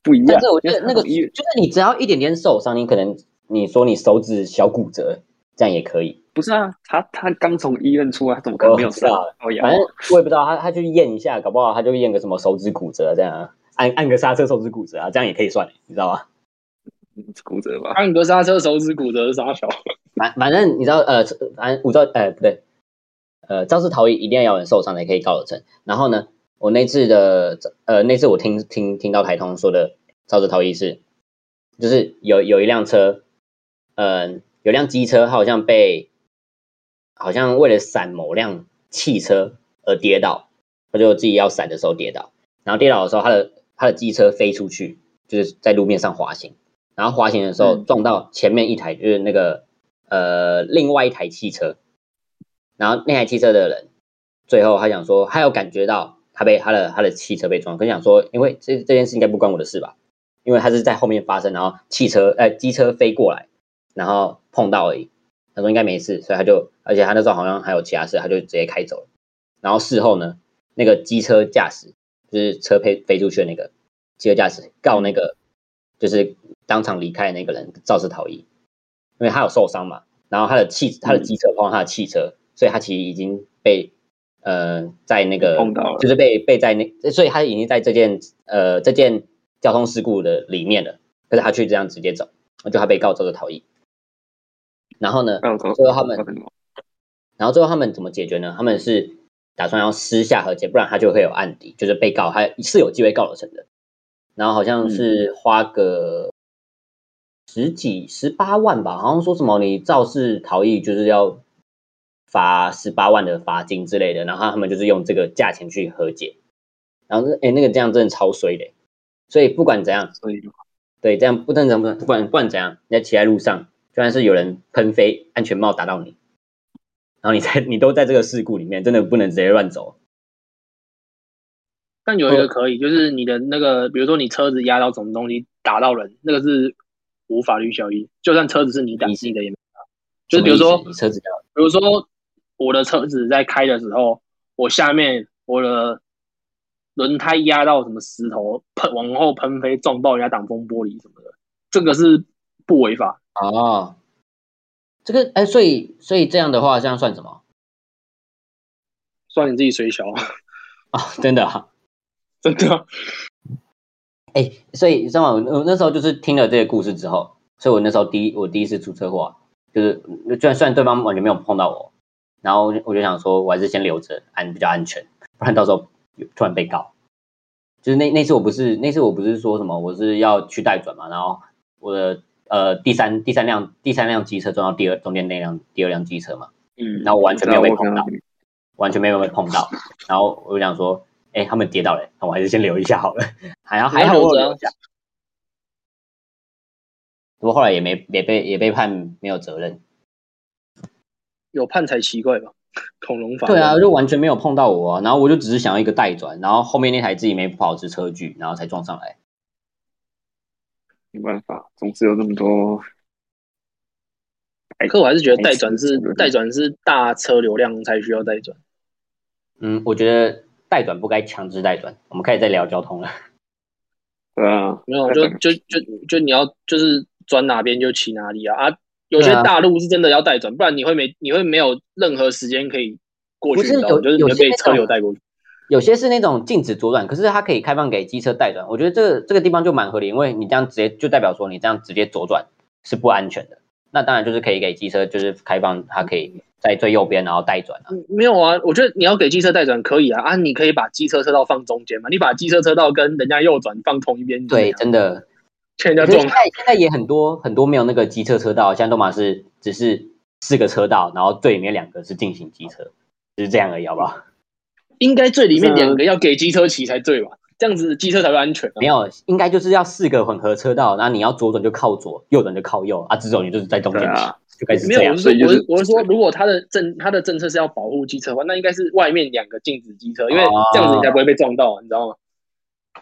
不一样
但。是我觉得那个
因为
就是你只要一点点受伤，你可能你说你手指小骨折，这样也可以。
不是啊，他他刚从医院出来，他怎么可能没有事啊？哦呀
反，正我也不知道，他他去验一下，搞不好他就验个什么手指骨折这样啊，按按个刹车手指骨折啊，这样也可以算，你知道吗？
骨折吧？
安格刹车手指骨折是啥小？
反反正你知道，呃，反正我知道，呃，不对，呃，肇事逃逸一定要有人受伤才可以告得成。然后呢，我那次的，呃，那次我听听听到台通说的肇事逃逸是，就是有有一辆车，嗯、有辆机车，它好像被，好像为了闪某辆汽车而跌倒，它就自己要闪的时候跌倒，然后跌倒的时候，它的它的机车飞出去，就是在路面上滑行，然后滑行的时候
嗯
撞到前面一台，就是那个呃另外一台汽车，然后那台汽车的人最后他想说，他有感觉到他被他的他的汽车被撞，跟想说，因为这这件事应该不关我的事吧，因为他是在后面发生，然后汽车呃机车飞过来，然后碰到而已。他说应该没事，所以他就，而且他那时候好像还有其他事，他就直接开走了。然后事后呢，那个机车驾驶就是车飞飞出去的那个机车驾驶告那个就是当场离开的那个人肇事逃逸，因为他有受伤嘛，然后他的汽他的机车碰到他的汽车，所以他其实已经被呃在那个
碰到了
就是被被在那，所以他已经在这件呃这件交通事故的里面了，可是他却这样直接走，就他被告肇事逃逸。然后呢，
那我走
最后他们
我怎么
然后最后他们怎么解决呢？他们是打算要私下和解，不然他就会有案底，就是被告他是有机会告得成的。然后好像是花个十几十八万吧，好像说什么你肇事逃逸就是要罚十八万的罚金之类的，然后他们就是用这个价钱去和解。然后哎，诶那个这样真的超衰的，所以不管怎样，
所以
对，这样不正常，不然不管不管怎样，你在骑在路上，就算是有人喷飞安全帽打到你，然后你在你都在这个事故里面，真的不能直接乱走。
但有一
哦
个可以，就是你的那个，比如说你车子压到什么东西打到人，那个是无法律效益，就算车子是你打
意思
你的也没办法。就是比如说
什么意思你车子要
比如说我的车子在开的时候，我下面我的轮胎压到什么石头，喷往后喷飞，撞爆人家挡风玻璃什么的，这个是不违法。
哦，这个哎，所以所以这样的话，这样算什么
算你自己水小，
啊、真的啊，
真的啊。
哎，所以你知道吗？我我那时候就是听了这个故事之后，所以我那时候第一我第一次出车祸、啊，就是虽然虽然对方完全没有碰到我，然后我就我就想说，我还是先留着安比较安全，不然到时候有突然被告。就是那那次我不是那次我不是说什么我是要去代转嘛，然后我的呃第三第三辆第三辆机车撞到第二中间那辆第二辆机车嘛，
嗯，
然后我完全没有被碰到
我知道我看到你
完全没有被碰 到，然后我就想说，哎、他们跌倒了，那我还是先留一下 好了，还好还好我有留一啊下。不过后来也没也被也被判没有责任。
有判才奇怪吧？恐龙法
对啊，，就完全没有碰到我、啊，然后我就只是想要一个带转，然后后面那台自己没保持车距，然后才撞上来。
没办法，总是有那么多
可我还是觉得带转是带转是大车流量才需要带转。
嗯，我觉得带转不该强制带转。我们开始在聊交通了。
对啊，
没有，就就就就你要就是钻哪边就骑哪里啊啊！有些
对啊
大路是真的要带转，不然你会没你会没有任何时间可以过去，
不
你
是
知道吗？
有
就是你
有
会
些
被
那
车流
种
带过去。
有些是那种禁止左转，可是它可以开放给机车带转，我觉得这个这个地方就蛮合理，因为你这样直接就代表说你这样直接左转是不安全的。那当然就是可以给机车，就是开放它可以在最右边然后带转啊。
嗯没有啊，我觉得你要给机车带转可以啊啊！你可以把机车车道放中间嘛，你把机车车道跟人家右转放同一边，
对，真的。
劝
可
人
是
家
现
撞。
在现在也很多很多没有那个机车车道，现在都嘛是只是四个车道，然后最里面两个是进行机车，只是这样而已，好不
嗯
好？
应该最里面
是啊
两个要给机车骑才对吧？这样子机车才会安全啊
没。有，应该就是要四个混合车道，那你要左转就靠左，右转就靠右啊，直走你就是在中间
对
骑，
啊，
就开始
没
这
有，我
样
是。
所以
说，
就是
我是我是说，如果他的政他的政策是要保护机车的话，那应该是外面两个禁止机车，因为这样子你才不会被撞到，啊你知道吗？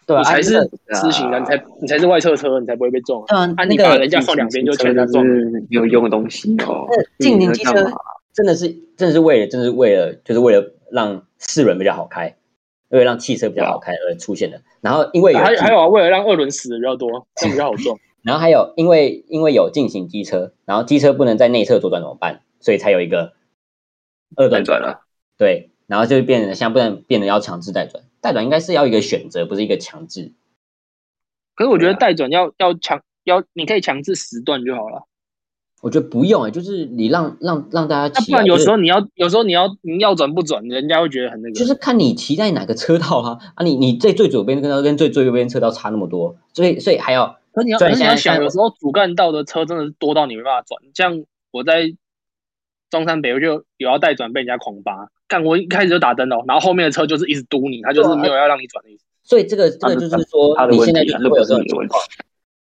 对啊，
你才
啊
是
那个
私行人，你才
啊
你才是外侧车，你才不会被撞啊。
对啊，
啊，
那
你把
个
人家放两边就全
全
他撞，
是有用的东西哦
那。进行机车
你在干嘛
真的是真的是为了，真的是为了，就是为了让四轮比较好开，为了让汽车比较好开而出现的。然后因为有
啊还
进
还有啊，为了让二轮死的比较多，这样比较好撞。
然后还有因为因为有进行机车，然后机车不能在内侧左转怎么办？所以才有一个二
太
段
转了，
对，然后就变成现在不能变得要强制代转，代转应该是要一个选择，不是一个强制。
可是我觉
啊
得代转要要强要，你可以强制时段就好了。
我觉得不用哎、就是你让让让大家
那
骑
不
啊、
然有
就是
时候你要有时候你要你要转不转，人家会觉得很那个。
就是看你骑在哪个车道啊啊你，你最最左边跟跟最最右边车道差那么多，所以所以还要
可是你要，
虽
可
然
是你
现
要
在
想，
现在
有时候主干道的车真的是多到你没办法转。像我在中山北，我就有要带转被人家狂扒，干我一开始就打灯了，然后后面的车就是一直嘟你，他
啊
就是没有要让你转的意思。
所以这个这
他
个
的
就是说
他，的
你
问
现在
题
就
啊，
是会
那不
有这
是
种
你的
情
问题
况，。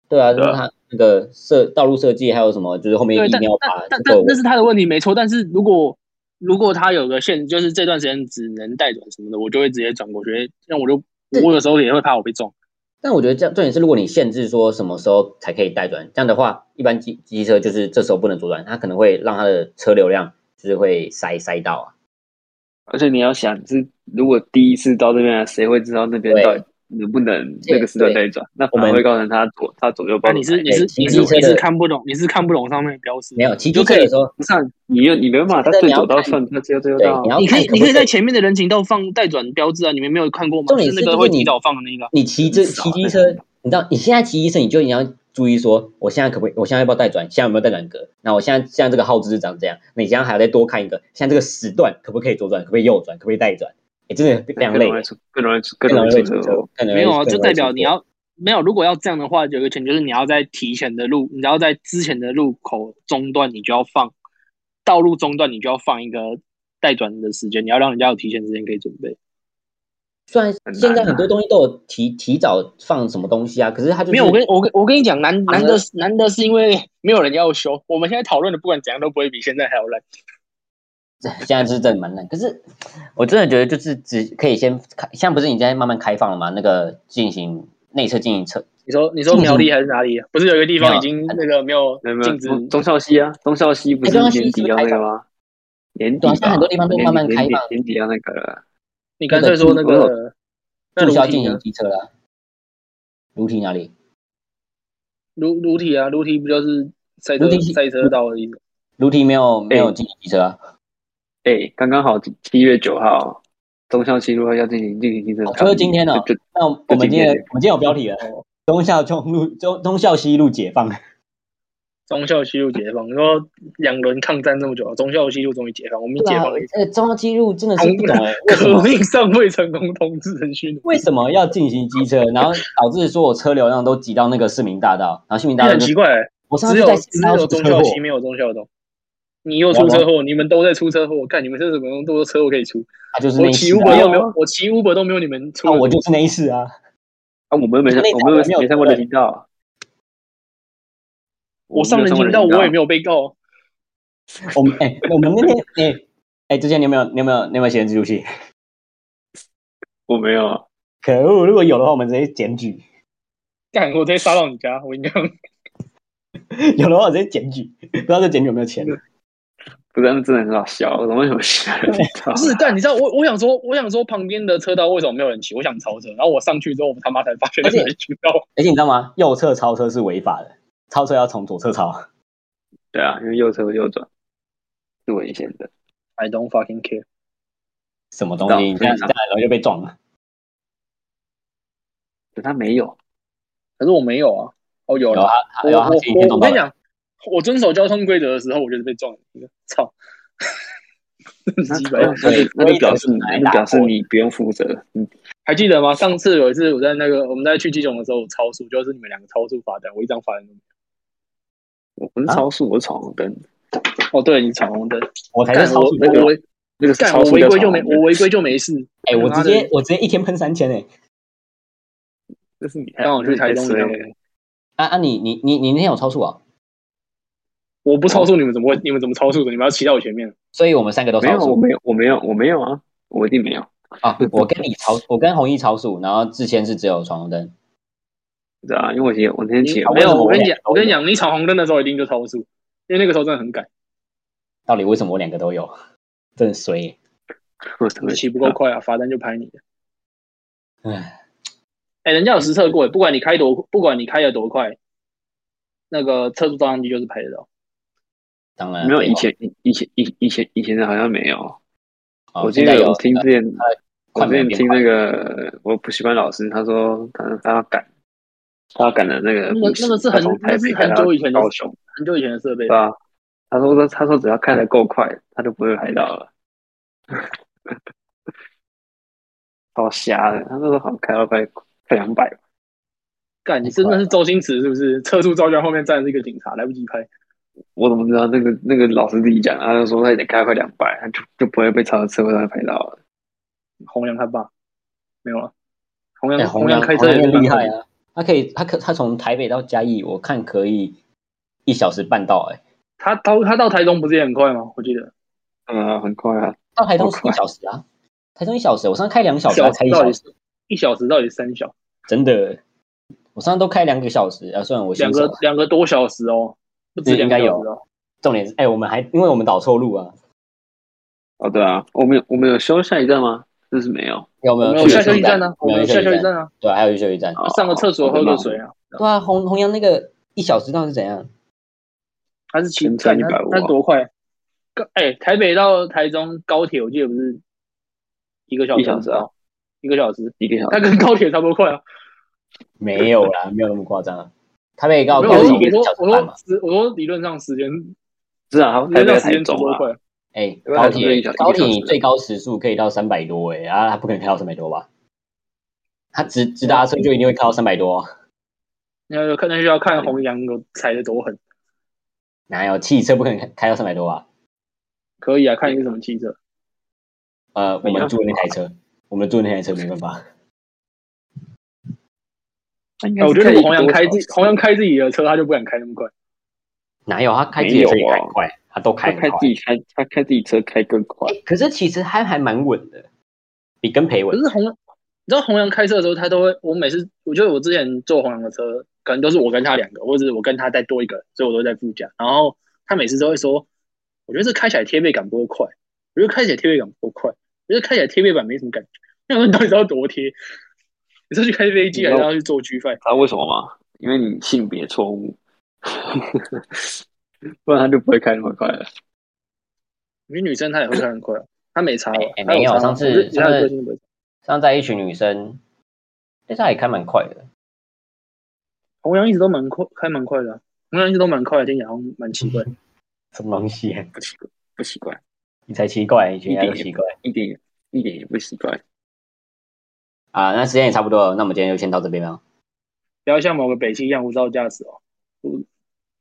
对啊，就
对
是
啊
他那个设道路设计，还有什么就是后面
对，
一
但
定要把
但但
这
但
个
那是他的问题没错。但是如果如果他有个限，就是这段时间只能带转什么的，我就会直接转过去。那我就我有时候也会怕我被撞。
但我觉得这样重点是，如果你限制说什么时候才可以带转，这样的话，一般机机车就是这时候不能左转，它可能会让它的车流量就是会塞塞到啊。
而且你要想，是如果第一次到这边来，谁会知道那边
对
到底能不能
对
那个时段内转？那
我
反
们
而会造成他左他左右
那、
包。
啊你是你
哎
是
骑
你
机
是
车
你
的
是看不懂，你是看不懂上面的标识。
没有骑
你就
机车
可以
的时候，
不是啊你又你没办法，他
但
最
你要
左到
看
算，他最右最右
对
到，啊
你。要
你可以，
看
你可以
不
在前面的人行道放带转标志啊！你们没有看过吗？
重点
是
是
那
就
个
是
会
你
提早放的那个。啊
你骑这
很少
骑机
那
车
种，
你知道你现在骑机车，你就你要注意说，我现在可不可以？我现在要不要带转？现在有没有带转格？那我现在现在这个耗资是长这样，那你现在还要再多看一个，现在这个时段可不可以左转？可不可以右转？可不可以带转？哎，真的非常
更
累
容，易出，更容易出，更容易
会
出车祸。
错，更容易
没有
更
啊，就
容易出
代表
错
你要没有。如果要这样的话，有一个前提就是你要在提前的路，你要在之前的路口中段，你就要放道路中段，你就要放一个待转的时间，你要让人家有提前时间可以准备。
虽然
很
现
难
在
啊
很多东西都有提提早放什么东西啊，可是它就是
没有，我跟我跟我跟你讲，难
反而
难的是难的是因为没有人要修。我们现在讨论的，不管怎样都不会比现在还要烂。
现在是真的蛮难。可是我真的觉得就是只可以先开，现在不是你在慢慢开放了吗？那个进行内侧进行车，
你说你说
嗯
苗栗还是哪里啊？不是有一个地方
没有
已经那个没有
有没有
禁止
中中校西啊？中校西不
哎
是
中校西
年底
是不是
要
开
那个吗？年底
对啊
吧，
现在很多地方都
年
慢慢
底
开
年底
放
年底要那个了。
你干脆说那
那
个那
注销
卢体啊
进行
呢？
机车啦、卢体哪里？
卢卢体啊，卢体不就是赛车
卢体
赛车道的意思？
卢体没有没有进行机车啊？
哎，刚刚好七月九号，中校西路要进行进行进行
哦就是今天哦
就就
那我们今天
就
我
今天
们今天有标题了，啊
哦
东校中路中东校西路解放。
忠孝西路解放，你说两轮抗战这么久，忠孝西路终于解放，我们
对
解
啊
放了一，次。
呃，中央西路真的是不懂哎、为什
革
么
命尚未成功，同志仍需努力。
为什么要进行机车， 然后导致说我车流量都挤到那个市民大道，然后市民大
你
道
很
就
奇怪、
我上
只
次
有
在
只
市场出
有忠
车
孝
祸，
西没有忠孝东，你又出车祸，你们都在出车祸，看你们这怎么那么多车祸可以出？
他就是那
我
一
骑
次
Uber
啊，
又没有，我骑 Uber 都没有你们出
啊
的多。
我就是那一次啊，
啊，我们没上，
那场
我们
没有
没上过人行道啊。
我上人行道，我也没有被告。
我们哎、我们那天哎哎，之前你有没有你有没有你有没有写自助器？
我没有啊。
可恶，如果有的话，我们直接检举；
干，我直接杀到你家，我跟你讲，
有的话，我直接检举，不知道这检举有没有钱。
不是，那真的很好笑，我怎么为什么想人行道
不？是干，你知道我我想说，我想说旁边的车道为什么没有人骑？我想超车，然后我上去之后，我他妈才发现
而且
人行道
而且你知道吗？右侧超车是违法的，超车要从左侧超。
对啊，因为右侧右转是危险的。
I don't fucking care。
什么东西？你这样这样然后就被撞了。
可他没有，
可是我没有啊，哦有
有
了
啊，，
我
有啊，
我
他前几天
我
撞到
我跟你
了。
讲，我遵守交通规则的时候，我就是被撞了一个，操！
那
真鸡巴
那那就那就表示
我一直是来
那就表示
打我
你不用负责，嗯你
还记得吗？上次有一次我在那个我们在去基隆的时候，我超速，就是你们两个超速罚单，我一张罚单都没
我不是
啊
超速，我是闯红灯。
有。哦，对你闯红灯，
我才
干
是超
哎我
速
那
哥
个
我违
那个是
干
超
我
速
违
叫
规就
闯
没
红
我
灯，
违规就没事。
哎，我直
妈
接
的
我直接一天喷三千哎。
这 是你太
刚好去台中一
这是
趟
你太衰了，
啊啊，你你你你那天有超速啊？
我不超速，你们怎么会？你们怎么超速的？你们要骑到我前面。
所以我们三个都
没
超
有，我
速
没有，我没有，我没有啊，我一定没有。
啊！我跟你超，我跟弘毅超速，然后志谦是只有闯红灯。
对啊，因为我骑我那天骑
啊
没有，
为什么
我跟你
我两个，都
讲我跟你讲，你闯红灯的时候一定就超速，因为那个时候真的很赶，
到底为什么我两个都有？真的衰欸耶、
我怎
你
么
骑不够快啊，罚单就拍你。
唉，
哎、人家有实测过，不管你开多，不管你开的多快，那个测速照相机就是拍得到。啊
当然
没有以前以前以以前以前的好像没有。
哦
我记
现在
得
有
我听之前
呃，
我
快
之
没有变
前听
快
那个我补习班老师他说他他要赶，他要赶的那个
那个
补习
那个是很
他从台
那
北
是
赶
很
到
久以前的
高雄，
很久以前的设备
对，
啊
吧、他说他他说只要开的够快，他就不会拍到了。超瞎的，他那时候好像开到快快两百吧，
干你真的
啊
是周星驰是不是？测速照相后面站的是一个警察，来不及拍。
我怎么知道那个那个老师自己讲，他就说他已经开到快两百，他就就不会被超车车位上面拍到了。
弘扬他爸没有了，啊弘
哎
扬
弘
扬
扬
开车也
也
是蛮
厉害啊，他可以他可他从台北到嘉义，我看可以一小时半到哎、
他到他到台中不是也很快吗？我记得
嗯、啊，很快啊，
到台中
好
是
快
一小时啊，台中一小时，我上次开两小时，他啊开一
到
小
底
时，
是一小时到底是三小
真的，我上次都开两个小时啊，虽然我新
两
手
个，两个多小时哦，不止两个小时哦。
重点是哎、我们还因为我们导错路啊，
哦对啊，我们有我们有休下一站吗？就是没有，
有没
我
有
们
去
有
了
下休
休
息
息
站呢，
我
我们有
有
下
休
休
息
息
站，
站啊，
对啊，还有休息站，
哦
上个厕所喝个水啊，
对啊，弘弘扬那个一小时到底是怎样？
还是骑
全
干
程
他
150
他多快？高哎，台北到台中高铁我记得不是一个小时，
一小时啊，
一个小时，
一个小
它
时。
跟高铁差不多快啊。
没有啦，没有那么夸张啊，台北到
哦
没
高
有我说
雄
我
也是一
说
小时
我
半嘛
说，时我说理论上时间，
是啊，他
理
台
论
北
上时
台
间差
中
不多
啊，
快。
哎、
因为
高
它是一
铁
个小
高
一个小时
铁最高时速可以到三百多哎、啊，它不可能开到三百多吧？它直直达车就一定会开到三百多，啊
那就看那就要看弘扬有踩的多狠。
哪有汽车不可能开开到三百多吧？
可以啊，看你是什么汽车。
呃，我
没有
们住的那台车，我们住的那台车没办法，
哎，我觉得如果弘扬开自己弘扬开自己的车，他就不敢开那么快。
哪有他开自己的车
没有
也
啊
开很快，他都
他
开很
开
快。
自己开，他开自己车开更快。
哎可是其实还还蛮稳的，比跟培
可
稳
是弘扬，你知道弘扬开车的时候，他都会，我每次我觉得我之前坐弘扬的车，可能都是我跟他两个，或者是我跟他再多一个人，所以我都在副驾。然后他每次都会说，我觉得这开起来贴背感不够快，我觉得开起来贴背感不够快，我觉得开起来贴背感没什么感觉。那我说你到底是要多贴？你是去开飞机还是要去做 G f
知道啊为什么吗？因为你性别错误， 不然他就不会开那么快了。
因为女生她也会开很快啊，她没差
哎
哦。
哎
她
没有
差吗
上次
我觉得其他
上
的
次
个性不会
上次在一群女生，但是她也开蛮快的，
弘扬一直都蛮快，开蛮快的啊、弘扬一直都蛮快的，听起来好像蛮奇怪。
什么东西、啊？
不奇怪，不奇怪，
你才奇怪，你全家都
一点
奇怪
一点也一点也不奇怪。
啊！那时间也差不多了，那我们今天就先到这边了。
不要像某个北汽一样无照驾驶哦，不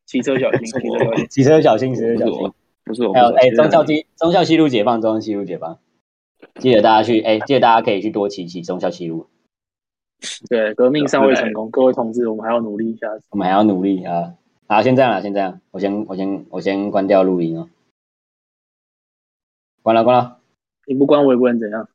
骑车小心，骑车小心。
骑车小心，骑车
不是
小心
我。，不啊是我，
还有
不是我
哎，忠孝西忠孝西路解放，忠孝西路解放，记得大家去哎，记得大家可以去多骑骑忠孝西路，
对，革命尚未成功，各位同志，我们还要努力一下。
我们还要努力啊！好，先这样了，先这样，我先我先我先关掉录音哦，关了关了。
你不管我也不能怎样。